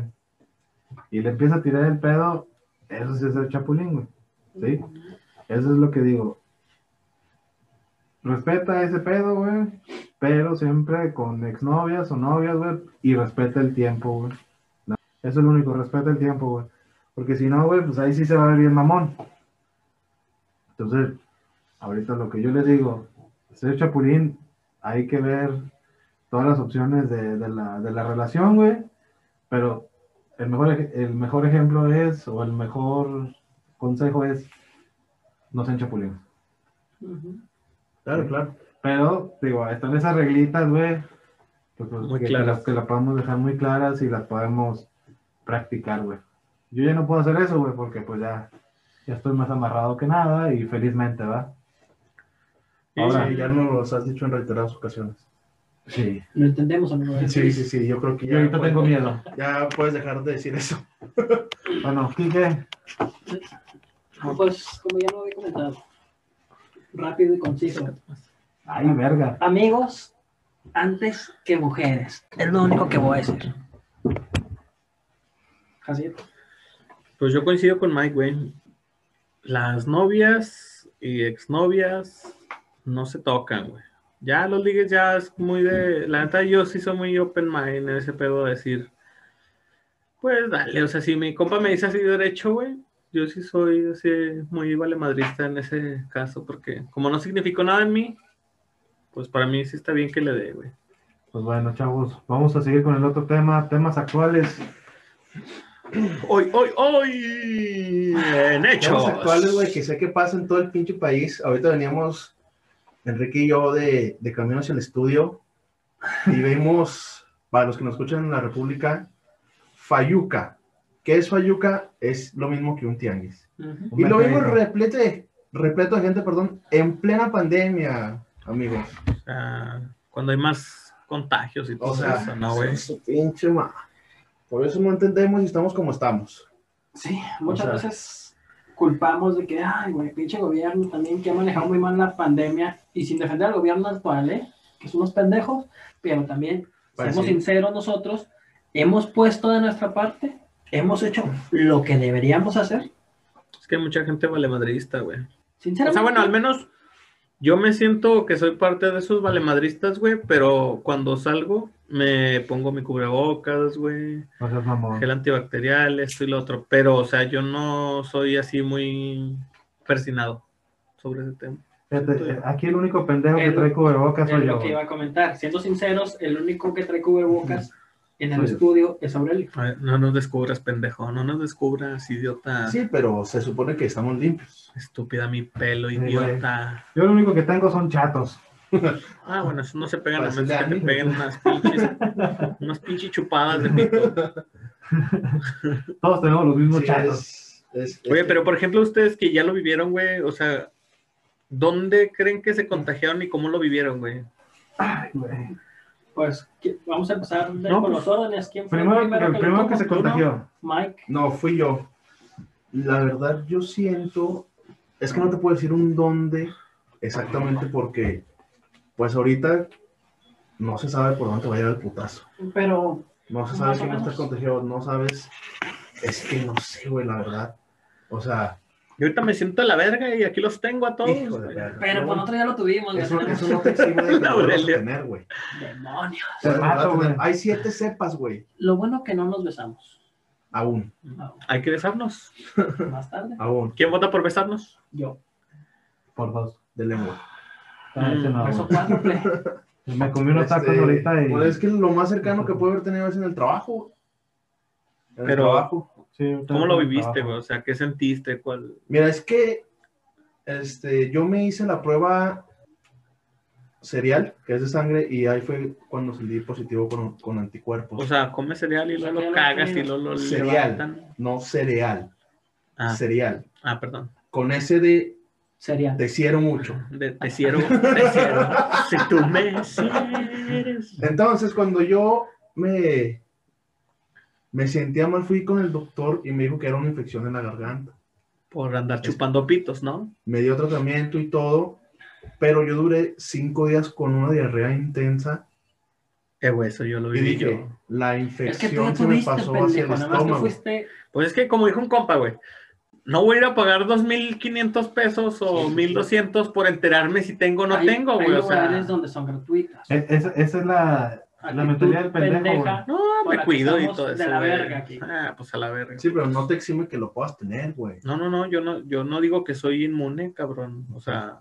[SPEAKER 4] y le empieza a tirar el pedo, eso sí es el chapulín, güey. Sí. Eso es lo que digo. Respeta ese pedo, güey, pero siempre con exnovias o novias, güey, y respeta el tiempo, güey. No, Eso es lo único, respeta el tiempo, güey. Porque si no, güey, pues ahí sí se va a ver bien mamón. Entonces, ahorita lo que yo les digo, ser chapulín, hay que ver todas las opciones de, de la, de la relación, güey. Pero el mejor, ej- el mejor ejemplo es, o el mejor consejo es, no sean chapulines.
[SPEAKER 2] Ujú.
[SPEAKER 3] Claro, claro.
[SPEAKER 4] Pero, digo, están esas reglitas, güey. pues, pues,
[SPEAKER 1] Muy
[SPEAKER 4] que,
[SPEAKER 1] claras.
[SPEAKER 4] Que las, que las podemos dejar muy claras y las podemos practicar, güey. Yo ya no puedo hacer eso, güey, porque pues ya, ya estoy más amarrado que nada y felizmente, ¿va?
[SPEAKER 1] Sí,
[SPEAKER 4] Ahora,
[SPEAKER 3] Sí, ya nos los has dicho en reiteradas ocasiones.
[SPEAKER 4] sí.
[SPEAKER 2] Lo entendemos, amigo. ¿eh?
[SPEAKER 3] Sí, sí, sí, yo creo que
[SPEAKER 4] Yo
[SPEAKER 3] ya, pues.
[SPEAKER 4] ahorita
[SPEAKER 3] puedes-
[SPEAKER 4] tengo miedo.
[SPEAKER 3] ya puedes dejar de decir eso.
[SPEAKER 4] Bueno, Quique,
[SPEAKER 2] Pues, como ya lo había comentado, rápido y conciso.
[SPEAKER 4] ay, verga.
[SPEAKER 2] Amigos, antes que mujeres. Es lo único que voy a decir. Así
[SPEAKER 1] Pues yo coincido con Mike, güey. Las novias y exnovias no se tocan, güey. Ya los ligues ya es muy de... La neta, yo sí soy muy open mind en ese pedo de decir... Pues dale, o sea, si mi compa me dice así derecho, güey, yo sí soy así muy valemadrista en ese caso, porque como no significó nada en mí, pues para mí sí está bien que le dé, güey.
[SPEAKER 4] Pues bueno, chavos, vamos a seguir con el otro tema, temas actuales.
[SPEAKER 1] Hoy, hoy, hoy, en hechos.
[SPEAKER 3] Temas actuales, güey, que sé que pasa en todo el pinche país. Ahorita veníamos, Enrique y yo, de, de camino hacia el estudio y vimos, para los que nos escuchan en la República, Fayuca. ¿Qué es Fayuca? Es lo mismo que un tianguis.
[SPEAKER 2] Ujú.
[SPEAKER 4] Un
[SPEAKER 3] Y lo vimos
[SPEAKER 4] mercadito.
[SPEAKER 3] repleto de, repleto de gente, perdón, en plena pandemia, amigos.
[SPEAKER 1] sea, cuando hay más contagios y todo
[SPEAKER 3] O sea,
[SPEAKER 1] eso, ¿no, güey?
[SPEAKER 3] su pinche ma- Por eso no entendemos y estamos como estamos.
[SPEAKER 2] Sí, muchas
[SPEAKER 3] O sea-
[SPEAKER 2] veces culpamos de que, ay, güey, pinche gobierno también que ha manejado muy mal la pandemia y sin defender al gobierno actual, ¿eh? Que somos pendejos, pero también,
[SPEAKER 3] Pues
[SPEAKER 2] somos
[SPEAKER 3] sí.
[SPEAKER 2] sinceros nosotros, hemos puesto de nuestra parte, hemos hecho lo que deberíamos hacer,
[SPEAKER 1] Es que hay mucha gente valemadrista, güey.
[SPEAKER 2] sinceramente.
[SPEAKER 1] O sea, bueno, al menos yo me siento que soy parte de esos valemadristas, güey, pero cuando salgo me pongo mi cubrebocas, güey,
[SPEAKER 4] No seas mamón.
[SPEAKER 1] gel antibacterial, esto y lo otro. Pero, o sea, yo no soy así muy persinado sobre ese tema.
[SPEAKER 4] Fíjate, Este, eh, Aquí el único pendejo que
[SPEAKER 2] El-
[SPEAKER 4] trae cubrebocas
[SPEAKER 2] Es
[SPEAKER 4] soy yo.
[SPEAKER 2] lo que iba a comentar. Siendo sinceros, el único que trae cubrebocas en el
[SPEAKER 4] Pues
[SPEAKER 3] Soy yo.
[SPEAKER 2] estudio es Aurelio.
[SPEAKER 1] A ver, No nos descubras, pendejo, no nos descubras, idiota.
[SPEAKER 3] Sí, pero se supone que estamos limpios.
[SPEAKER 1] Estúpida mi pelo,
[SPEAKER 4] Sí, güey.
[SPEAKER 1] idiota.
[SPEAKER 4] Yo lo único que tengo son chatos.
[SPEAKER 1] Ah, bueno, eso no se pegan a
[SPEAKER 3] Pues,
[SPEAKER 1] menos
[SPEAKER 3] ya,
[SPEAKER 1] que te
[SPEAKER 3] ¿no?
[SPEAKER 1] peguen unas pinches, unas pinches chupadas de pito.
[SPEAKER 4] Todos tenemos los mismos
[SPEAKER 3] Sí,
[SPEAKER 4] chatos.
[SPEAKER 3] es- es-
[SPEAKER 1] Oye,
[SPEAKER 3] es-
[SPEAKER 1] pero por ejemplo, ustedes que ya lo vivieron, güey, o sea, ¿dónde creen que se contagiaron y cómo lo vivieron, güey?
[SPEAKER 4] Ay, güey.
[SPEAKER 2] Pues ¿qué- vamos a empezar de-
[SPEAKER 4] No,
[SPEAKER 2] con
[SPEAKER 4] pues,
[SPEAKER 2] los órdenes. ¿Quién fue
[SPEAKER 4] Primero,
[SPEAKER 2] el primero,
[SPEAKER 4] el
[SPEAKER 2] que,
[SPEAKER 4] primero
[SPEAKER 2] lo
[SPEAKER 4] que se
[SPEAKER 2] tocó? ¿Tú no?
[SPEAKER 4] contagió.
[SPEAKER 2] Mike.
[SPEAKER 3] No, fui yo. La verdad, yo siento, es que no te puedo decir un dónde exactamente porque, pues ahorita no se sabe por dónde te va a llegar el putazo.
[SPEAKER 2] Pero
[SPEAKER 3] No se sabe
[SPEAKER 2] Más o
[SPEAKER 3] que no estás
[SPEAKER 2] menos.
[SPEAKER 3] contagiado, no sabes. Es que no sé, güey, la verdad. O sea,
[SPEAKER 1] Yo ahorita me siento a la verga y aquí los tengo a todos.
[SPEAKER 3] hijo de
[SPEAKER 1] güey.
[SPEAKER 3] verga.
[SPEAKER 2] Pero por otro ya lo tuvimos.
[SPEAKER 3] Eso,
[SPEAKER 2] güey.
[SPEAKER 3] eso no te exime de que lo vuelvas a
[SPEAKER 1] Aurelio.
[SPEAKER 3] tener, güey.
[SPEAKER 2] Demonios.
[SPEAKER 4] Te
[SPEAKER 3] La verdad,
[SPEAKER 4] mato, güey.
[SPEAKER 3] Hay siete cepas, güey,
[SPEAKER 2] Lo bueno que no nos besamos.
[SPEAKER 3] aún,
[SPEAKER 2] No,
[SPEAKER 1] Hay que besarnos.
[SPEAKER 2] más tarde.
[SPEAKER 3] aún,
[SPEAKER 1] ¿Quién vota por besarnos?
[SPEAKER 2] Yo.
[SPEAKER 4] Por dos.
[SPEAKER 3] de lengua.
[SPEAKER 4] Ah, ese no,
[SPEAKER 2] Eso
[SPEAKER 4] güey.
[SPEAKER 2] cuatro, ple.
[SPEAKER 4] Me comí unos tacos
[SPEAKER 3] Este,
[SPEAKER 4] ahorita y.
[SPEAKER 3] pues es que lo más cercano que puede haber tenido es en el trabajo. En el
[SPEAKER 1] Pero-
[SPEAKER 3] trabajo.
[SPEAKER 4] Sí, ahorita
[SPEAKER 1] ¿Cómo lo
[SPEAKER 4] comí
[SPEAKER 1] viviste,
[SPEAKER 4] trabajo.
[SPEAKER 1] güey? O sea, ¿qué sentiste? ¿Cuál?
[SPEAKER 3] Mira, es que este, yo me hice la prueba serial, que es de sangre, y ahí fue cuando salí positivo con, con anticuerpos.
[SPEAKER 1] O sea, comes cereal y luego lo cagas y luego lo
[SPEAKER 3] Cereal.
[SPEAKER 1] levantan.
[SPEAKER 3] no cereal,
[SPEAKER 1] Ah,
[SPEAKER 3] cereal.
[SPEAKER 1] ah, perdón.
[SPEAKER 3] Con ese de
[SPEAKER 2] Sería.
[SPEAKER 3] te hicieron mucho.
[SPEAKER 1] De, te ciervo, te ciervo. Si tú me cierres.
[SPEAKER 3] Entonces, cuando yo me, me sentía mal, fui con el doctor y me dijo que era una infección en la garganta.
[SPEAKER 1] Por andar chupando pitos, ¿no?
[SPEAKER 3] Me dio tratamiento y todo, pero yo duré cinco días con una diarrea intensa
[SPEAKER 1] Eh, güey, eso yo lo
[SPEAKER 3] y
[SPEAKER 1] viví
[SPEAKER 3] dije,
[SPEAKER 1] yo.
[SPEAKER 3] la
[SPEAKER 2] Es que tú
[SPEAKER 3] infección
[SPEAKER 2] ya
[SPEAKER 3] se me
[SPEAKER 2] tuviste,
[SPEAKER 3] pasó hacia el
[SPEAKER 2] pendejo. Nada más tú
[SPEAKER 3] estómago.
[SPEAKER 2] fuiste.
[SPEAKER 1] Pues es que como dijo un compa, güey, no voy a ir a pagar 2.500 pesos o 1.200 por enterarme si tengo o no
[SPEAKER 2] hay-
[SPEAKER 1] tengo,
[SPEAKER 2] hay
[SPEAKER 1] güey. O sea,
[SPEAKER 2] lugares donde son gratuitas.
[SPEAKER 4] Es- es- E-, esa es la.
[SPEAKER 2] Actitud
[SPEAKER 4] mentalidad del pendejo, güey.
[SPEAKER 1] no, me
[SPEAKER 2] Por aquí
[SPEAKER 1] cuido y
[SPEAKER 2] estamos
[SPEAKER 1] todo
[SPEAKER 2] de
[SPEAKER 1] eso.
[SPEAKER 2] la
[SPEAKER 1] güey.
[SPEAKER 2] verga aquí.
[SPEAKER 1] Ah, pues a la verga.
[SPEAKER 3] Sí, pero no te exime que lo puedas tener, güey.
[SPEAKER 1] No, no, no, yo no, yo no digo que soy inmune, cabrón. O sea,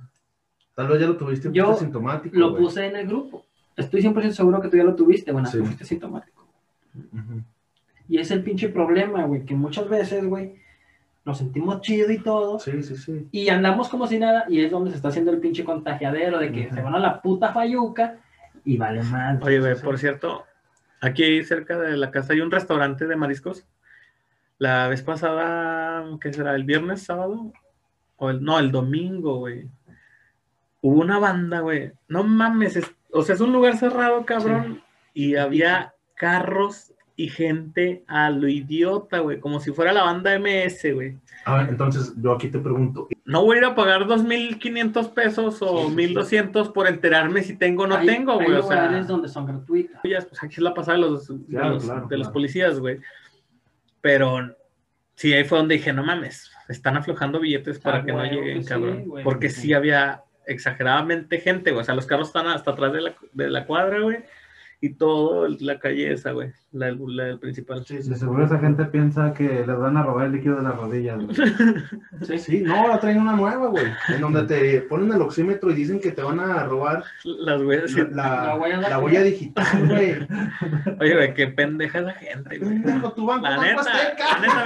[SPEAKER 3] Tal vez ya lo tuviste y
[SPEAKER 2] Yo
[SPEAKER 3] fuiste sintomático.
[SPEAKER 2] Lo
[SPEAKER 3] güey.
[SPEAKER 2] puse en el grupo. Estoy 100% seguro que tú ya lo tuviste, bueno,
[SPEAKER 3] Sí.
[SPEAKER 2] tú fuiste sintomático.
[SPEAKER 3] Ujú.
[SPEAKER 2] Y es el pinche problema, güey, que muchas veces, güey, nos sentimos chido y todo,
[SPEAKER 3] Sí, sí, sí.
[SPEAKER 2] y andamos como si nada, y es donde se está haciendo el pinche contagiadero de que
[SPEAKER 3] Ujú.
[SPEAKER 2] se van a la puta fayuca y vale mal.
[SPEAKER 1] oye, güey, por cierto, aquí cerca de la casa hay un restaurante de mariscos. La vez pasada, ¿qué será? ¿El viernes, sábado? O el, no, el domingo, güey. Hubo una banda, güey. No mames, es- o sea, es un lugar cerrado, cabrón. Y había carros y gente a lo idiota, güey. Como si fuera la banda MS, güey.
[SPEAKER 3] A ver, entonces yo aquí te pregunto,
[SPEAKER 1] No voy a ir a pagar 2.500 pesos o
[SPEAKER 3] Sí, sí, sí.
[SPEAKER 1] 1.200 por enterarme si tengo o no
[SPEAKER 2] Hay-
[SPEAKER 1] tengo, güey.
[SPEAKER 2] Hay
[SPEAKER 1] O sea,
[SPEAKER 2] lugares donde son gratuitas.
[SPEAKER 1] ya, pues, aquí es la pasada de los, de
[SPEAKER 3] Claro,
[SPEAKER 1] los-
[SPEAKER 3] claro,
[SPEAKER 1] de los
[SPEAKER 3] claro.
[SPEAKER 1] policías, güey. Pero sí, ahí fue donde dije, no mames, están aflojando billetes para
[SPEAKER 2] Ah,
[SPEAKER 1] que
[SPEAKER 2] güey,
[SPEAKER 1] no lleguen,
[SPEAKER 2] sí,
[SPEAKER 1] cabrón.
[SPEAKER 2] güey. pues
[SPEAKER 1] Porque sí había exageradamente gente, güey. O sea, los carros están hasta atrás de la, de la cuadra, güey. Y todo el- la calle esa, güey. La, la del principal.
[SPEAKER 4] De seguro esa gente piensa que les van a robar el líquido de las rodillas, güey.
[SPEAKER 3] Sí, no, ahora traen una nueva, güey. En donde te ponen el oxímetro y dicen que te van a robar
[SPEAKER 1] Las güeyes.
[SPEAKER 3] la,
[SPEAKER 2] La
[SPEAKER 3] la-
[SPEAKER 2] huella
[SPEAKER 3] la
[SPEAKER 2] dactilar.
[SPEAKER 3] huella digital, güey.
[SPEAKER 1] Oye, güey, qué pendeja la gente, güey.
[SPEAKER 3] Pendejo, tu banco
[SPEAKER 1] La
[SPEAKER 3] Banco
[SPEAKER 1] neta,
[SPEAKER 3] Azteca.
[SPEAKER 1] la
[SPEAKER 2] ¿Eh?
[SPEAKER 1] neta,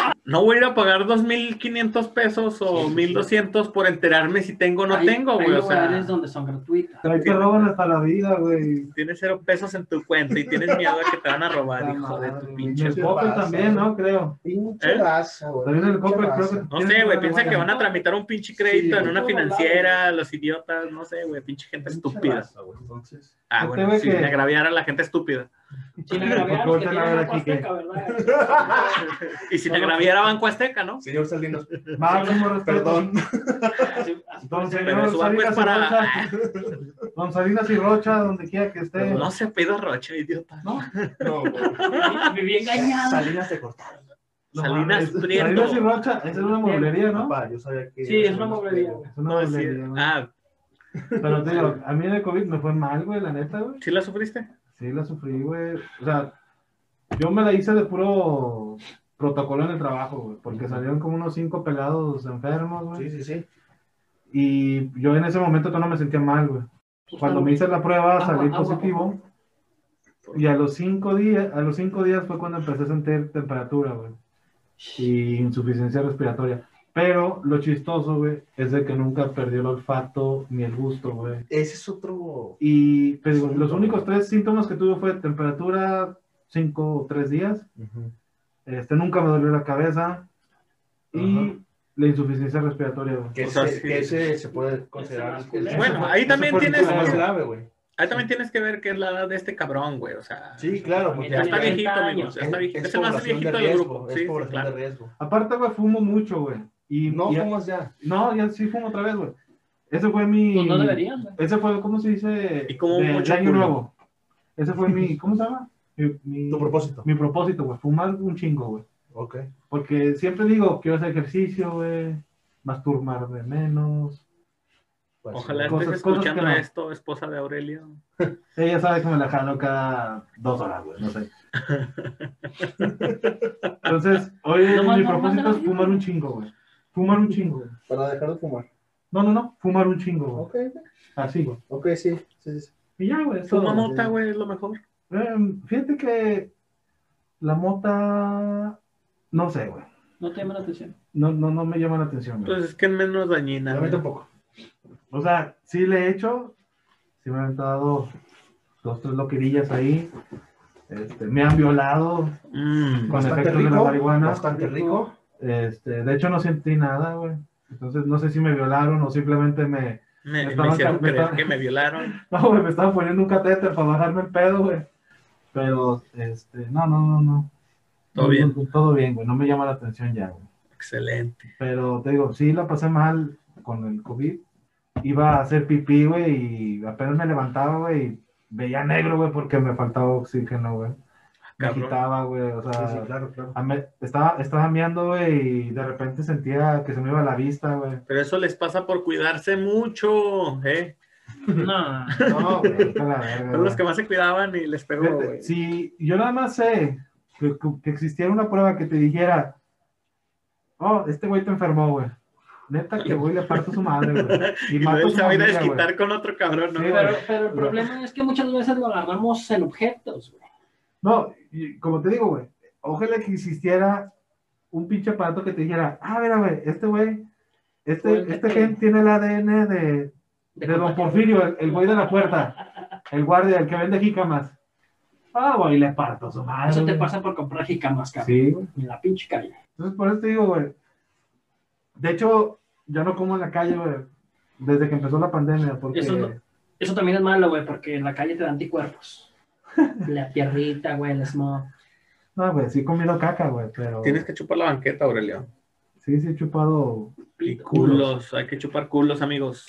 [SPEAKER 1] amigos. No voy a ir a pagar 2.500 pesos o 1.200 por enterarme si tengo o no
[SPEAKER 2] Hay-
[SPEAKER 1] tengo,
[SPEAKER 2] Hay
[SPEAKER 1] güey. O
[SPEAKER 2] lugares
[SPEAKER 1] sea,
[SPEAKER 2] donde son gratuitas.
[SPEAKER 4] Ahí te roban hasta la vida, güey.
[SPEAKER 1] tienes cero pesos en tu cuenta y tienes miedo a que te van a robar,
[SPEAKER 4] La
[SPEAKER 1] hijo de
[SPEAKER 4] madre,
[SPEAKER 1] tu
[SPEAKER 4] güey.
[SPEAKER 1] pinche.
[SPEAKER 4] El Coppel también, ¿no? Creo.
[SPEAKER 1] ¿Eh?
[SPEAKER 5] Pinche raza, güey.
[SPEAKER 4] También el
[SPEAKER 5] pinche
[SPEAKER 4] Coppel, creo
[SPEAKER 5] raza.
[SPEAKER 4] que.
[SPEAKER 1] No sé, güey, piensa que van a tramitar un pinche crédito
[SPEAKER 3] Sí,
[SPEAKER 1] en una
[SPEAKER 5] por todos
[SPEAKER 1] financiera, los idiotas, no sé, güey, pinche gente estúpida.
[SPEAKER 3] Entonces,
[SPEAKER 1] Ah,
[SPEAKER 4] Este
[SPEAKER 1] bueno,
[SPEAKER 4] güey
[SPEAKER 1] si
[SPEAKER 4] que-
[SPEAKER 1] me agraviara la gente estúpida.
[SPEAKER 2] Si la
[SPEAKER 4] Por
[SPEAKER 2] gravedad
[SPEAKER 4] favor,
[SPEAKER 2] que
[SPEAKER 4] te la
[SPEAKER 2] tiene
[SPEAKER 4] ver
[SPEAKER 2] Banco
[SPEAKER 4] aquí, que-
[SPEAKER 2] Azteca, ¿verdad?
[SPEAKER 1] Y si me agraviara Banco Azteca, ¿no?
[SPEAKER 3] señor Salinas,
[SPEAKER 4] Va, como respeto.
[SPEAKER 3] perdón.
[SPEAKER 2] Así- así-
[SPEAKER 4] Don
[SPEAKER 1] Pero
[SPEAKER 4] señor
[SPEAKER 1] su banco es
[SPEAKER 4] Salinas y
[SPEAKER 1] para.
[SPEAKER 4] Rocha. Don Salinas y Rocha, donde quiera que esté.
[SPEAKER 1] No se pida Rocha, idiota.
[SPEAKER 3] No, güey.
[SPEAKER 2] viví- Viví engañado.
[SPEAKER 3] Salinas te cortaron.
[SPEAKER 4] No
[SPEAKER 1] Salinas
[SPEAKER 4] mames.
[SPEAKER 1] Prieto.
[SPEAKER 4] Salinas y Rocha, esa es una mueblería, ¿no?
[SPEAKER 3] Papá, yo sabía que.
[SPEAKER 2] Sí, es una mueblería, güey.
[SPEAKER 4] Es una
[SPEAKER 1] No, sí.
[SPEAKER 4] mueblería. güey.
[SPEAKER 1] Ah,
[SPEAKER 4] Pero te digo, a mí en el COVID me fue mal, güey, la neta, güey.
[SPEAKER 1] ¿sí la sufriste?
[SPEAKER 4] Sí, la sufrí, güey. O sea, yo me la hice de puro protocolo en el trabajo, güey, porque salieron como unos cinco pelados enfermos, güey.
[SPEAKER 3] Sí, sí, sí.
[SPEAKER 4] Y yo en ese momento no me sentía mal, güey. Pues Cuando me hice la prueba
[SPEAKER 2] Agua,
[SPEAKER 4] salí
[SPEAKER 2] agua,
[SPEAKER 4] positivo. Y a los cinco días, a los cinco días fue cuando empecé a sentir temperatura, güey. Y insuficiencia respiratoria. Pero lo chistoso, güey, es de que nunca perdió el olfato ni el gusto, güey.
[SPEAKER 3] Ese es otro.
[SPEAKER 4] Y pues, digo, los únicos tres síntomas que tuve fue temperatura cinco o tres días. Este, nunca me dolió la cabeza. Y
[SPEAKER 3] Ajá.
[SPEAKER 4] la insuficiencia respiratoria, güey.
[SPEAKER 3] Que,
[SPEAKER 1] O sea,
[SPEAKER 3] ese,
[SPEAKER 1] sí.
[SPEAKER 3] que ese se puede considerar.
[SPEAKER 2] Ese más
[SPEAKER 1] Bueno, ahí
[SPEAKER 3] Ese
[SPEAKER 1] también
[SPEAKER 3] fue el
[SPEAKER 1] tienes-
[SPEAKER 3] tipo más grave, güey.
[SPEAKER 1] Ahí también tienes que ver qué es la edad de este cabrón, güey. O sea,
[SPEAKER 3] Sí, claro, porque
[SPEAKER 1] ya está
[SPEAKER 2] Tiene
[SPEAKER 1] viejito,
[SPEAKER 2] 30
[SPEAKER 1] amigos. Ya está viejito. Es,
[SPEAKER 3] es
[SPEAKER 1] el más
[SPEAKER 3] población de
[SPEAKER 1] viejito del
[SPEAKER 3] riesgo,
[SPEAKER 1] grupo.
[SPEAKER 3] Es
[SPEAKER 1] Sí, sí,
[SPEAKER 3] población
[SPEAKER 1] claro.
[SPEAKER 3] de riesgo.
[SPEAKER 4] Aparte, güey, fumo mucho, güey. Y
[SPEAKER 3] No,
[SPEAKER 4] y-
[SPEAKER 3] ¿cómo es ya?
[SPEAKER 4] No, ya sí fumo otra vez, güey. Ese fue mi.
[SPEAKER 2] Pues no deberían, güey.
[SPEAKER 4] Ese fue, ¿cómo se dice?
[SPEAKER 1] Y como
[SPEAKER 4] De-
[SPEAKER 1] mucho
[SPEAKER 4] de año
[SPEAKER 1] culo.
[SPEAKER 4] nuevo. Ese fue mi, ¿cómo se llama? Mi, mi-
[SPEAKER 3] Tu propósito.
[SPEAKER 4] mi propósito, güey. Fumar un chingo, güey.
[SPEAKER 3] Ok.
[SPEAKER 4] Porque siempre digo, quiero hacer ejercicio, güey. Masturbarme menos.
[SPEAKER 3] pues,
[SPEAKER 1] Ojalá
[SPEAKER 3] sí.
[SPEAKER 4] Cosas-
[SPEAKER 1] estés
[SPEAKER 4] cosas
[SPEAKER 1] escuchando
[SPEAKER 4] que no.
[SPEAKER 1] esto, esposa de Aurelio.
[SPEAKER 4] Ella sabe que me la jalo cada dos horas, güey. No sé. Entonces, hoy
[SPEAKER 2] No,
[SPEAKER 4] mi
[SPEAKER 2] no,
[SPEAKER 4] propósito
[SPEAKER 2] mándala.
[SPEAKER 4] es fumar un chingo, güey. Fumar un chingo. güey.
[SPEAKER 5] Para dejar de fumar.
[SPEAKER 4] No, no, no. Fumar un chingo, güey.
[SPEAKER 5] Ok,
[SPEAKER 4] Así, güey.
[SPEAKER 5] ok, sí. sí, sí.
[SPEAKER 4] Y ya, güey. eso-
[SPEAKER 1] Fuma mota, güey, es lo mejor.
[SPEAKER 4] Em, fíjate que la mota. No sé, güey.
[SPEAKER 2] No te llama la atención.
[SPEAKER 4] No, no, no me llama la atención, güey.
[SPEAKER 1] Pues es que es menos dañina.
[SPEAKER 3] A mí
[SPEAKER 1] güey.
[SPEAKER 3] tampoco.
[SPEAKER 4] O sea, sí le he hecho. Sí me han dado dos, tres loquerillas ahí. Este, me han violado.
[SPEAKER 1] Mm.
[SPEAKER 4] Con
[SPEAKER 3] Bastante
[SPEAKER 4] efectos de la
[SPEAKER 3] rico.
[SPEAKER 4] marihuana.
[SPEAKER 3] Bastante rico.
[SPEAKER 4] Este, de hecho, no sentí nada, güey. Entonces, no sé si me violaron o simplemente me.
[SPEAKER 1] Me, me
[SPEAKER 4] estaban
[SPEAKER 1] hicieron
[SPEAKER 4] ca- me
[SPEAKER 1] creer
[SPEAKER 4] estaban-
[SPEAKER 1] que me violaron.
[SPEAKER 4] No, güey, me estaban poniendo un catéter para bajarme el pedo, güey. Pero, este, no, no, no, no.
[SPEAKER 1] Todo bien.
[SPEAKER 4] No, no, todo bien, güey. No me llama la atención ya, güey.
[SPEAKER 1] Excelente.
[SPEAKER 4] Pero te digo, sí la pasé mal con el COVID. Iba a hacer pipí, güey, y apenas me levantaba, güey, y veía negro, güey, porque me faltaba oxígeno, güey. Me
[SPEAKER 1] Cabrón.
[SPEAKER 4] agitaba, güey, o
[SPEAKER 1] Ah,
[SPEAKER 4] sea,
[SPEAKER 3] Sí, sí, claro, claro.
[SPEAKER 4] a me- estaba, estaba meando, güey, y de repente sentía que se me iba la vista, güey.
[SPEAKER 1] Pero eso les pasa por cuidarse mucho, ¿eh?
[SPEAKER 2] No.
[SPEAKER 4] No, güey, vete a la
[SPEAKER 1] Son
[SPEAKER 4] verga,
[SPEAKER 1] los
[SPEAKER 4] güey.
[SPEAKER 1] que más se cuidaban y les pegó,
[SPEAKER 4] Fíjate,
[SPEAKER 1] güey.
[SPEAKER 4] Si yo nada más sé que, que- que existiera una prueba que te dijera, oh, este güey te enfermó, güey. Neta que voy y le parto su madre, güey.
[SPEAKER 1] Y, luego
[SPEAKER 4] mato
[SPEAKER 1] él
[SPEAKER 4] su
[SPEAKER 1] se va a ir a
[SPEAKER 4] familia, güey.
[SPEAKER 1] desquitar con otro cabrón, ¿no?
[SPEAKER 4] Sí,
[SPEAKER 1] güey?
[SPEAKER 2] Pero, pero el problema es que muchas veces lo agarramos en objetos, güey.
[SPEAKER 4] No, y como te digo, güey, ojalá que existiera un pinche aparato que te dijera, ah, mira, güey, este güey, este,
[SPEAKER 2] Oye,
[SPEAKER 4] este
[SPEAKER 2] eh.
[SPEAKER 4] gen tiene el ADN de, de don Porfirio, el, el güey de la puerta, el guardia, el que vende jícamas. Ah, güey, le parto su madre.
[SPEAKER 2] Eso te
[SPEAKER 4] güey.
[SPEAKER 2] pasa por comprar jicamas, cabrón.
[SPEAKER 4] Sí, güey.
[SPEAKER 2] En la pinche calle.
[SPEAKER 4] Entonces, por eso te digo, güey. De hecho, ya no como en la calle, güey, desde que empezó la pandemia, porque...
[SPEAKER 2] Eso no- Eso también es malo, güey, porque en la calle te dan anticuerpos. La piernita, güey, el smog.
[SPEAKER 4] No, güey, sí he comido caca, güey, pero...
[SPEAKER 1] Tienes que chupar la banqueta, Aurelio.
[SPEAKER 4] Sí, sí he chupado...
[SPEAKER 1] Y
[SPEAKER 4] Culos.
[SPEAKER 1] culos. Hay que chupar culos, amigos.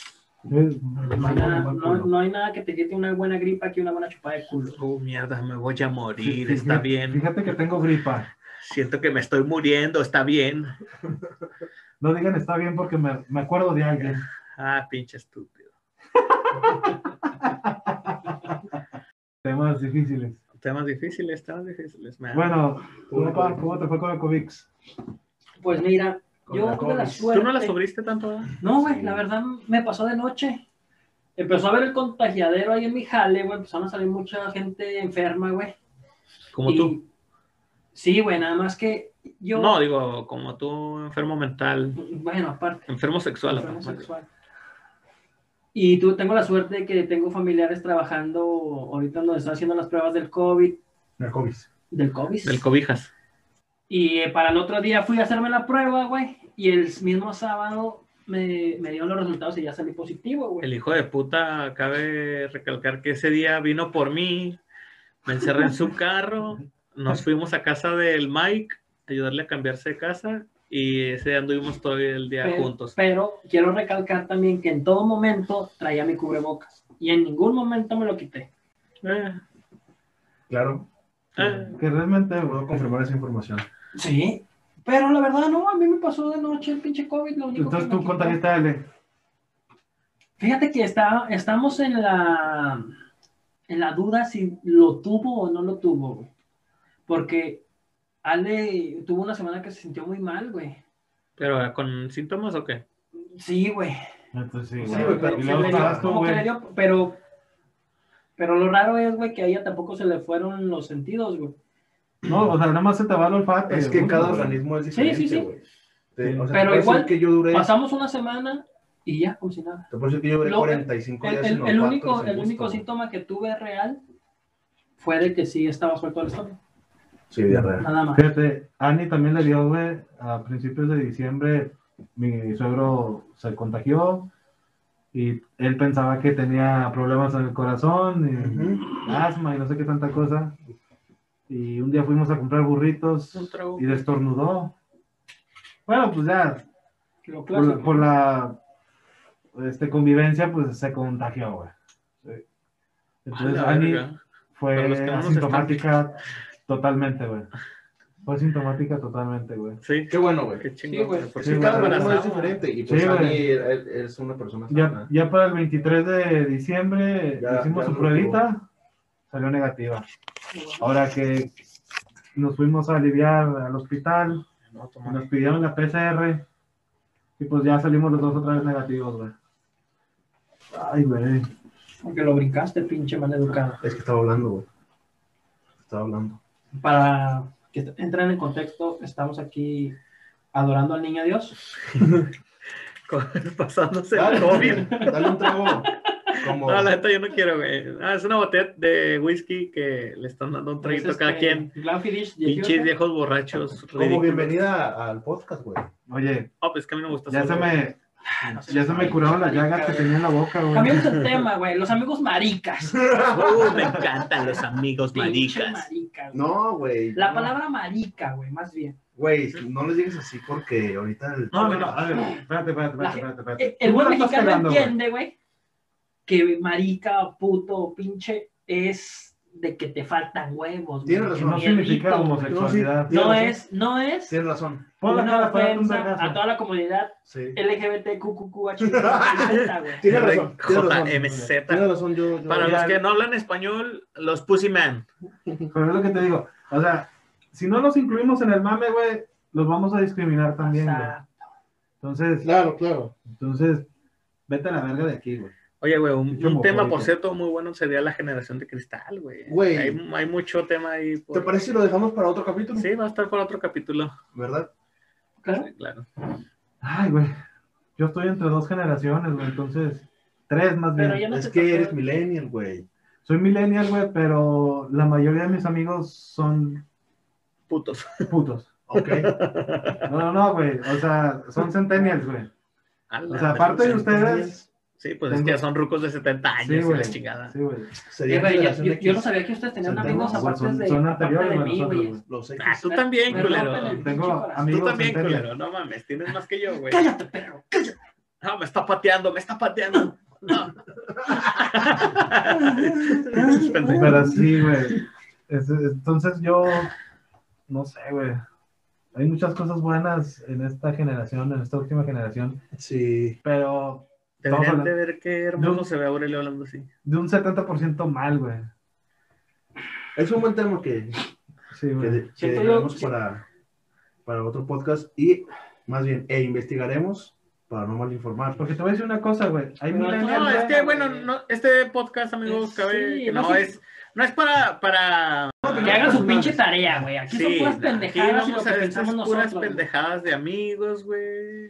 [SPEAKER 4] eh,
[SPEAKER 2] No hay, nada, no, no hay nada que te quite una buena gripa que una buena chupada de culo.
[SPEAKER 1] Oh, mierda, me voy a morir.
[SPEAKER 4] Fí-
[SPEAKER 1] Está
[SPEAKER 4] fíjate-
[SPEAKER 1] bien.
[SPEAKER 4] Fíjate que tengo gripa.
[SPEAKER 1] Siento que me estoy muriendo. Está bien.
[SPEAKER 4] No digan está bien porque me, me acuerdo de alguien.
[SPEAKER 1] Ah, pinche estúpido.
[SPEAKER 4] Temas difíciles.
[SPEAKER 1] Temas difíciles, temas difíciles. man.
[SPEAKER 4] Bueno, compa, ¿cómo te fue con la COVID?
[SPEAKER 2] Pues mira,
[SPEAKER 3] Con
[SPEAKER 2] yo
[SPEAKER 3] la
[SPEAKER 2] tuve la
[SPEAKER 3] COVID.
[SPEAKER 2] suerte.
[SPEAKER 1] ¿Tú no las cubriste tanto? ah?
[SPEAKER 2] No, güey, la verdad me pasó de noche. Empezó a ver el contagiadero ahí en mi jale, güey. Empezaron a salir mucha gente enferma, güey.
[SPEAKER 1] Como
[SPEAKER 2] Y-
[SPEAKER 1] tú.
[SPEAKER 2] Sí, güey, nada más que yo.
[SPEAKER 1] No, digo, como tú, enfermo mental.
[SPEAKER 2] Bueno, aparte.
[SPEAKER 1] Enfermo sexual.
[SPEAKER 2] enfermo
[SPEAKER 1] aparte.
[SPEAKER 2] sexual. Y tú, tengo la suerte de que tengo familiares trabajando ahorita donde están haciendo las pruebas del COVID.
[SPEAKER 3] Narcobiz.
[SPEAKER 2] Del COVID.
[SPEAKER 1] Del cobijas.
[SPEAKER 2] Y eh, para el otro día fui a hacerme la prueba, güey. Y el mismo sábado me, me dieron los resultados y ya salí positivo,
[SPEAKER 1] El
[SPEAKER 2] güey.
[SPEAKER 1] hijo de puta, cabe recalcar que ese día vino por mí, me encerré en su carro, nos fuimos a casa del Mike, ayudarle a cambiarse de casa y ese día anduvimos todo el día
[SPEAKER 2] Pero-
[SPEAKER 1] juntos.
[SPEAKER 2] Pero quiero recalcar también que en todo momento traía mi cubrebocas. Y en ningún momento me lo quité.
[SPEAKER 1] Eh,
[SPEAKER 3] Claro,
[SPEAKER 1] eh,
[SPEAKER 4] Que realmente,
[SPEAKER 3] puedo
[SPEAKER 4] güey.
[SPEAKER 3] confirmar esa información.
[SPEAKER 2] Sí. Pero la verdad, no, a mí me pasó de noche el pinche COVID. Lo único
[SPEAKER 4] Entonces
[SPEAKER 2] que me
[SPEAKER 4] tú
[SPEAKER 2] quitó-
[SPEAKER 4] contagiaste a Ale.
[SPEAKER 2] Fíjate que está, estamos en la, en la duda si lo tuvo o no lo tuvo, güey. Porque Ale tuvo una semana que se sintió muy mal, güey.
[SPEAKER 1] pero eh, con síntomas o qué?
[SPEAKER 2] Sí, güey.
[SPEAKER 4] Entonces sí,
[SPEAKER 2] O
[SPEAKER 4] güey.
[SPEAKER 2] sea,
[SPEAKER 3] Sí,
[SPEAKER 2] güey,
[SPEAKER 3] pero
[SPEAKER 4] y
[SPEAKER 2] se
[SPEAKER 4] luego
[SPEAKER 2] le dio-
[SPEAKER 4] estabas tú,
[SPEAKER 2] como que le
[SPEAKER 4] güey.
[SPEAKER 2] dio- pero, pero lo raro es, güey, que a ella tampoco se le fueron los sentidos, güey.
[SPEAKER 4] No, o sea, nada más se te va el olfato.
[SPEAKER 3] Es
[SPEAKER 4] güey. pues,
[SPEAKER 3] que cada organismo es
[SPEAKER 2] Sí, sí,
[SPEAKER 3] diferente,
[SPEAKER 2] sí.
[SPEAKER 3] güey. Te- O
[SPEAKER 2] Pero
[SPEAKER 3] sea, te puedo
[SPEAKER 2] igual,
[SPEAKER 3] decir que yo duré, te
[SPEAKER 2] Pasamos una semana y ya, como si nada.
[SPEAKER 3] puedo decir que yo duré
[SPEAKER 2] lo-
[SPEAKER 3] 45
[SPEAKER 2] El,
[SPEAKER 3] días
[SPEAKER 2] el- el
[SPEAKER 3] sin olfato y
[SPEAKER 2] único,
[SPEAKER 3] sin
[SPEAKER 2] el
[SPEAKER 3] gusto,
[SPEAKER 2] único
[SPEAKER 3] güey.
[SPEAKER 2] síntoma que tuve real fue de que sí estaba suelto el estómago.
[SPEAKER 3] Sí, diarrea.
[SPEAKER 2] Nada más.
[SPEAKER 4] Fíjate, Ani también le dio, güey, a principios de diciembre, mi suegro se contagió y él pensaba que tenía problemas en el corazón y asma y no sé qué tanta cosa. Y un día fuimos a comprar burritos
[SPEAKER 1] Un trago.
[SPEAKER 4] y destornudó. Bueno, pues ya,
[SPEAKER 2] Lo
[SPEAKER 4] por, la-
[SPEAKER 2] clásico.
[SPEAKER 4] por la este, convivencia, pues se contagió, güey. Sí.
[SPEAKER 1] Pues, A
[SPEAKER 4] Entonces,
[SPEAKER 1] la
[SPEAKER 4] Ani
[SPEAKER 1] verga.
[SPEAKER 4] fue
[SPEAKER 1] Para los que no nos
[SPEAKER 4] asintomática totalmente, güey. Fue asintomática totalmente, güey.
[SPEAKER 1] Sí,
[SPEAKER 3] Qué bueno, güey.
[SPEAKER 1] qué
[SPEAKER 2] Sí,
[SPEAKER 1] chingón.
[SPEAKER 2] güey.
[SPEAKER 1] por
[SPEAKER 3] Es
[SPEAKER 1] si
[SPEAKER 3] que
[SPEAKER 1] te
[SPEAKER 3] cada
[SPEAKER 1] embarazabas.
[SPEAKER 3] organismo es diferente. Y
[SPEAKER 4] Sí,
[SPEAKER 3] pues Ani
[SPEAKER 4] güey.
[SPEAKER 3] él- él es una persona
[SPEAKER 4] Ya,
[SPEAKER 3] sana.
[SPEAKER 4] ya para el 23 de diciembre
[SPEAKER 3] Ya-
[SPEAKER 4] hicimos
[SPEAKER 3] ya
[SPEAKER 4] su
[SPEAKER 3] lo
[SPEAKER 4] pruebita, salió negativa. Ahora que nos fuimos a aliviar al hospital,
[SPEAKER 1] No, toma.
[SPEAKER 4] Nos pidieron la PCR y pues ya salimos los dos otra vez negativos, güey. Ay, güey.
[SPEAKER 2] Porque lo brincaste, pinche mal educado.
[SPEAKER 3] Es que estaba hablando, güey. Estaba hablando.
[SPEAKER 2] Para que entren en contexto, estamos aquí adorando al niño Dios.
[SPEAKER 1] Pasándose
[SPEAKER 3] Dale,
[SPEAKER 1] el COVID.
[SPEAKER 3] Dale un trago. Como,
[SPEAKER 1] No, la neta yo no quiero, güey. Ah, es una botella de whisky que le están dando un traguito
[SPEAKER 2] Entonces,
[SPEAKER 1] a cada
[SPEAKER 2] eh,
[SPEAKER 1] quien.
[SPEAKER 2] Glenfiddich,
[SPEAKER 1] Pinches viejos borrachos.
[SPEAKER 3] como
[SPEAKER 1] ridículos.
[SPEAKER 3] bienvenida al podcast, güey.
[SPEAKER 4] Oye,
[SPEAKER 1] Ah, pues que a mí no me gusta.
[SPEAKER 4] ya se
[SPEAKER 1] solo, güey.
[SPEAKER 4] me, ya se me curaron las llagas que tenía en la boca, güey.
[SPEAKER 2] Cambiamos el tema, güey. Los amigos maricas.
[SPEAKER 1] Uh, me encantan los amigos
[SPEAKER 2] Pinches
[SPEAKER 1] maricas.
[SPEAKER 2] maricas, güey.
[SPEAKER 3] No, güey.
[SPEAKER 2] La palabra marica, güey, más bien.
[SPEAKER 3] Güey, no les digas así porque ahorita. el-
[SPEAKER 4] No, no, no, a ver, espérate, espérate, espérate, espérate. espérate.
[SPEAKER 2] Eh, El,
[SPEAKER 4] Tú
[SPEAKER 2] el buen
[SPEAKER 4] la estás
[SPEAKER 2] mexicano
[SPEAKER 4] cagando, güey.
[SPEAKER 2] entiende, güey, que marica, puto, o pinche es de que te faltan huevos, güey.
[SPEAKER 3] Tienes
[SPEAKER 2] que
[SPEAKER 3] razón.
[SPEAKER 4] No
[SPEAKER 2] mierdito,
[SPEAKER 4] significa
[SPEAKER 2] güey.
[SPEAKER 4] homosexualidad.
[SPEAKER 2] No
[SPEAKER 3] Tienes razón.
[SPEAKER 2] es, no es
[SPEAKER 3] Tienes razón.
[SPEAKER 4] Pon la
[SPEAKER 2] una
[SPEAKER 4] cara para darte un
[SPEAKER 2] ofensa a
[SPEAKER 4] vergazo.
[SPEAKER 2] toda la comunidad
[SPEAKER 3] Sí.
[SPEAKER 2] LGBTQQQH, güey.
[SPEAKER 3] Tienes razón. Tienes razón.
[SPEAKER 1] JMZ.
[SPEAKER 3] Tienes razón, yo. yo-
[SPEAKER 1] Para
[SPEAKER 4] Ya.
[SPEAKER 1] los que no hablan español, los Pussyman.
[SPEAKER 4] Pero es lo que te digo. O sea, si no los incluimos en el mame, güey, los vamos a discriminar también, güey.
[SPEAKER 2] Exacto.
[SPEAKER 4] Entonces,
[SPEAKER 3] Claro, claro.
[SPEAKER 4] entonces, vete a la verga de aquí, güey.
[SPEAKER 1] Oye, güey, un,
[SPEAKER 4] Mucho
[SPEAKER 1] un tema,
[SPEAKER 4] homofóbico.
[SPEAKER 1] por cierto, muy bueno sería la generación de cristal, güey.
[SPEAKER 3] Güey.
[SPEAKER 1] Hay, hay mucho tema ahí. por-
[SPEAKER 3] ¿Te parece si lo dejamos para otro capítulo?
[SPEAKER 1] Sí, va a estar para otro capítulo.
[SPEAKER 3] ¿Verdad?
[SPEAKER 2] Claro.
[SPEAKER 1] Sí, claro.
[SPEAKER 4] Ay, güey. Yo estoy entre dos generaciones, güey. Entonces, tres más bien.
[SPEAKER 2] Pero ya no
[SPEAKER 3] es
[SPEAKER 2] te
[SPEAKER 3] que
[SPEAKER 2] tocó-
[SPEAKER 3] eres millennial, güey.
[SPEAKER 4] Soy millennial, güey, pero la mayoría de mis amigos son
[SPEAKER 1] Putos.
[SPEAKER 4] putos.
[SPEAKER 3] Ok.
[SPEAKER 4] No, no, güey. O sea, son centennials, güey. O sea, aparte de ustedes.
[SPEAKER 1] Sí, pues es
[SPEAKER 4] Tengo-
[SPEAKER 1] que ya son rucos de 70
[SPEAKER 2] Ah,
[SPEAKER 4] Sí,
[SPEAKER 1] años y
[SPEAKER 4] güey.
[SPEAKER 1] la chingada.
[SPEAKER 4] Sí, güey.
[SPEAKER 2] Eh,
[SPEAKER 3] Sería
[SPEAKER 2] güey, ya-
[SPEAKER 3] generación
[SPEAKER 2] yo, yo no
[SPEAKER 3] X.
[SPEAKER 2] sabían que ustedes tenían
[SPEAKER 3] Son-
[SPEAKER 2] amigos
[SPEAKER 3] son-
[SPEAKER 2] aparte de,
[SPEAKER 4] son
[SPEAKER 2] aparte
[SPEAKER 4] anteriores
[SPEAKER 2] de
[SPEAKER 4] a
[SPEAKER 2] mí,
[SPEAKER 4] nosotros,
[SPEAKER 2] güey.
[SPEAKER 4] güey.
[SPEAKER 3] Los X.
[SPEAKER 1] Ah, tú también,
[SPEAKER 2] Me rompen
[SPEAKER 1] culero.
[SPEAKER 2] el-
[SPEAKER 4] Tengo
[SPEAKER 1] Tú
[SPEAKER 4] amigos
[SPEAKER 1] también,
[SPEAKER 4] centennials.
[SPEAKER 1] culero. No mames, tienes más que yo, güey.
[SPEAKER 2] Cállate, perro.
[SPEAKER 1] No, me está pateando, me está pateando. No.
[SPEAKER 2] Uh.
[SPEAKER 4] Pero sí, güey. Es- es- Entonces yo, no sé, güey. Hay muchas cosas buenas en esta generación, en esta última generación,
[SPEAKER 3] Sí.
[SPEAKER 4] pero
[SPEAKER 1] Deberían
[SPEAKER 4] Estamos
[SPEAKER 1] de
[SPEAKER 4] hablando-
[SPEAKER 1] ver qué hermoso
[SPEAKER 4] Yo-
[SPEAKER 1] se ve Aurelio hablando así.
[SPEAKER 4] de un 70% mal, güey.
[SPEAKER 3] Es un buen tema que,
[SPEAKER 4] Sí,
[SPEAKER 3] que,
[SPEAKER 4] güey.
[SPEAKER 3] de- que
[SPEAKER 2] Siento yo-
[SPEAKER 3] dejaremos
[SPEAKER 2] sí.
[SPEAKER 3] para, para otro podcast y más bien, e investigaremos para no malinformar.
[SPEAKER 4] Porque te voy a decir una cosa, güey. Hay
[SPEAKER 2] Pero
[SPEAKER 4] millennials,
[SPEAKER 1] No,
[SPEAKER 2] Dale,
[SPEAKER 1] es
[SPEAKER 4] güey.
[SPEAKER 1] que bueno, no- este podcast, amigos,
[SPEAKER 2] Eh, Sí,
[SPEAKER 1] cabe que
[SPEAKER 2] no
[SPEAKER 1] no,
[SPEAKER 2] sé-
[SPEAKER 1] es, no es para, para
[SPEAKER 2] Que hagan su pinche tarea, güey. Aquí son puras pendejadas
[SPEAKER 1] aquí
[SPEAKER 2] y lo
[SPEAKER 1] vamos
[SPEAKER 2] que
[SPEAKER 1] a hacer
[SPEAKER 2] pensamos
[SPEAKER 1] puras
[SPEAKER 2] nosotros. güey.
[SPEAKER 1] pendejadas de amigos, güey.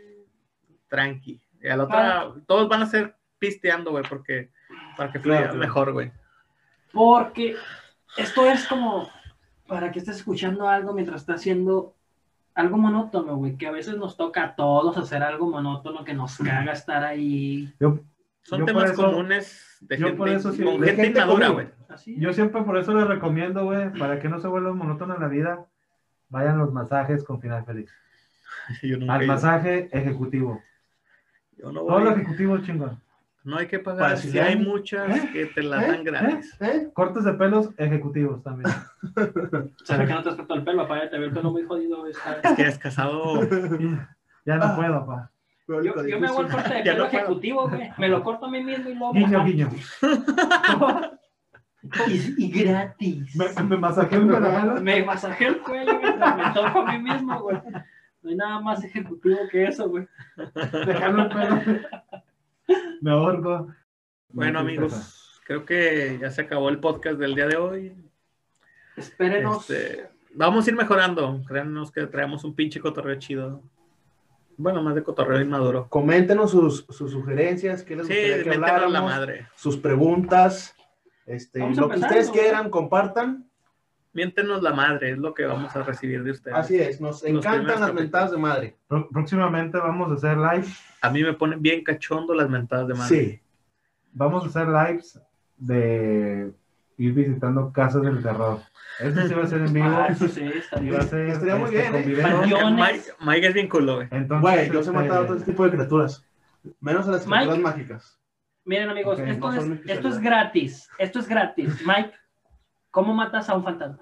[SPEAKER 1] Tranqui. Y a la otra,
[SPEAKER 2] Para-
[SPEAKER 1] todos van a ser pisteando, güey, porque para que fluya
[SPEAKER 3] Claro, claro.
[SPEAKER 1] mejor, güey.
[SPEAKER 2] Porque esto es como para que estés escuchando algo mientras estás haciendo algo monótono, güey. Que a veces nos toca a todos hacer algo monótono que nos caga estar ahí.
[SPEAKER 4] Yo,
[SPEAKER 1] Son
[SPEAKER 4] Yo por
[SPEAKER 1] temas
[SPEAKER 4] eso-
[SPEAKER 1] comunes de
[SPEAKER 4] yo
[SPEAKER 1] gente,
[SPEAKER 4] por eso sí-
[SPEAKER 1] con
[SPEAKER 4] de
[SPEAKER 1] gente
[SPEAKER 3] gente
[SPEAKER 1] inmadura,
[SPEAKER 3] común.
[SPEAKER 1] güey.
[SPEAKER 2] Así.
[SPEAKER 4] yo siempre por eso les recomiendo, güey, para que no se vuelva monótono en la vida, vayan los masajes con final feliz.
[SPEAKER 1] Yo nunca
[SPEAKER 4] Al
[SPEAKER 1] iba.
[SPEAKER 4] masaje ejecutivo.
[SPEAKER 1] Yo no,
[SPEAKER 4] Todo
[SPEAKER 1] voy.
[SPEAKER 4] lo ejecutivo es chingón.
[SPEAKER 1] no hay que pagar.
[SPEAKER 3] Para
[SPEAKER 1] Si
[SPEAKER 3] si
[SPEAKER 1] hay
[SPEAKER 3] hay-
[SPEAKER 1] muchas
[SPEAKER 4] ¿Eh?
[SPEAKER 1] que te las
[SPEAKER 4] ¿Eh?
[SPEAKER 1] dan gratis.
[SPEAKER 3] ¿Eh?
[SPEAKER 4] Cortes de pelos ejecutivos también.
[SPEAKER 2] ¿Será que no te has cortado el pelo, papá? Ya Te veo el pelo muy jodido. está-
[SPEAKER 1] Que has casado.
[SPEAKER 3] Ah.
[SPEAKER 4] ya no puedo, pa.
[SPEAKER 3] Pero
[SPEAKER 2] Yo,
[SPEAKER 3] lo
[SPEAKER 2] yo me hago el
[SPEAKER 3] difícil.
[SPEAKER 2] corte de
[SPEAKER 1] Ya
[SPEAKER 2] pelo
[SPEAKER 1] no puedo.
[SPEAKER 2] ejecutivo, güey. Me lo corto a mí mismo y luego.
[SPEAKER 4] Guiño, guiño.
[SPEAKER 2] Y, y gratis.
[SPEAKER 4] Me, me masajé un caramelo.
[SPEAKER 2] Me masajé el cuello, güey. Me toco a mí mismo, güey. No hay nada más ejecutivo que eso, güey.
[SPEAKER 4] Dejando el pelo. Me ahorco.
[SPEAKER 1] Bueno, amigos, creo que ya se acabó el podcast del día de hoy.
[SPEAKER 2] Espérenos.
[SPEAKER 1] Este, vamos a ir mejorando. Créanos que traemos un pinche cotorreo chido. Bueno, más de cotorreo inmaduro.
[SPEAKER 3] Coméntenos sus, sus sugerencias, qué les
[SPEAKER 1] Sí,
[SPEAKER 3] gustaría que
[SPEAKER 1] métenos la
[SPEAKER 3] habláramos,
[SPEAKER 1] madre.
[SPEAKER 3] sus preguntas, este,
[SPEAKER 2] Vamos
[SPEAKER 3] lo que
[SPEAKER 2] empezando,
[SPEAKER 3] ustedes quieran, compartan.
[SPEAKER 1] Miéntenos la madre, es lo que vamos a recibir de ustedes.
[SPEAKER 3] Así es, nos
[SPEAKER 1] primeros
[SPEAKER 3] encantan las
[SPEAKER 1] capítulos.
[SPEAKER 3] mentadas de madre.
[SPEAKER 4] Pró- Próximamente vamos a hacer lives.
[SPEAKER 1] A mí me ponen bien cachondo las mentadas de madre.
[SPEAKER 3] Sí,
[SPEAKER 4] Vamos a hacer lives de ir visitando casas del terror. Este sí va a ser en vivo.
[SPEAKER 2] Ah, sí, está
[SPEAKER 4] Y
[SPEAKER 2] bien.
[SPEAKER 4] va a ser este,
[SPEAKER 3] Estaría muy bien, ¿eh?
[SPEAKER 4] con video.
[SPEAKER 1] Mike,
[SPEAKER 2] Cañones.
[SPEAKER 1] Mike- Mike es bien culo, güey.
[SPEAKER 4] Entonces,
[SPEAKER 3] güey, yo sé
[SPEAKER 4] este,
[SPEAKER 3] matar a todo tipo de criaturas, menos a las
[SPEAKER 2] Mike.
[SPEAKER 3] criaturas mágicas.
[SPEAKER 2] Miren, amigos,
[SPEAKER 4] Ok,
[SPEAKER 2] esto,
[SPEAKER 3] no
[SPEAKER 2] es,
[SPEAKER 3] son mi
[SPEAKER 2] esto es
[SPEAKER 3] especialidad.
[SPEAKER 2] gratis. Esto es gratis. Mike, ¿cómo matas a un fantasma?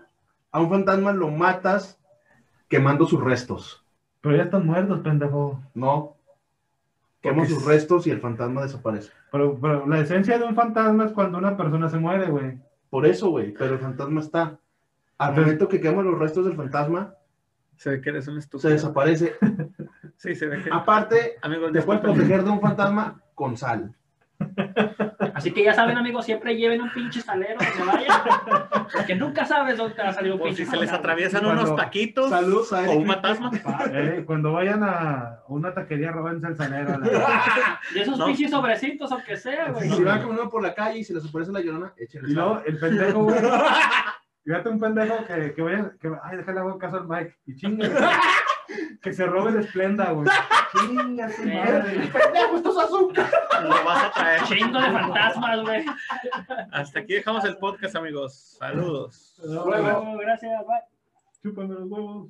[SPEAKER 3] A un fantasma lo matas quemando sus restos,
[SPEAKER 4] Pero ya están muertos, pendejo.
[SPEAKER 3] ¿no? Quemas
[SPEAKER 1] Porque
[SPEAKER 3] sus
[SPEAKER 1] es-
[SPEAKER 3] restos y el fantasma desaparece.
[SPEAKER 4] Pero, pero la esencia de un fantasma es cuando una persona se muere, güey.
[SPEAKER 3] Por eso, güey, pero el fantasma está. Al
[SPEAKER 4] Entonces-
[SPEAKER 3] momento que quemas los restos del fantasma,
[SPEAKER 1] Se ve que eres un
[SPEAKER 3] se
[SPEAKER 1] estúpido.
[SPEAKER 3] desaparece.
[SPEAKER 1] Sí, se ve que.
[SPEAKER 3] Aparte,
[SPEAKER 1] Amigos,
[SPEAKER 3] Te puedes
[SPEAKER 1] disculpen.
[SPEAKER 3] proteger de un fantasma con sal.
[SPEAKER 2] Así que ya saben, amigos, siempre lleven un pinche salero donde vayan, porque nunca sabes dónde te va a salir un
[SPEAKER 1] O
[SPEAKER 2] pinche
[SPEAKER 1] si se les
[SPEAKER 2] salero.
[SPEAKER 1] atraviesan
[SPEAKER 4] Cuando-
[SPEAKER 1] unos taquitos
[SPEAKER 3] Saludos a
[SPEAKER 1] o
[SPEAKER 3] Eric.
[SPEAKER 1] un matasma.
[SPEAKER 4] Eh, cuando vayan a una taquería, robense el salero. la-
[SPEAKER 2] Y esos
[SPEAKER 1] No.
[SPEAKER 2] pinches sobrecitos, aunque sea, güey.
[SPEAKER 3] Si van caminando por la calle y se les aparece la llorona, échenle
[SPEAKER 4] Y luego
[SPEAKER 3] sal.
[SPEAKER 4] el pendejo, güey. Fíjate un pendejo que, que vaya, que ay, déjale hago caso al Mike. Y chingue. güey. Que se robe el esplenda, güey. Chinga tu madre.
[SPEAKER 3] ¡Pendejo, esto es azúcar!
[SPEAKER 1] Lo vas a traer.
[SPEAKER 2] Chingo de fantasmas, güey.
[SPEAKER 1] Hasta aquí dejamos el podcast, amigos. Saludos.
[SPEAKER 2] Luego, gracias, bye.
[SPEAKER 4] Chúpame los huevos.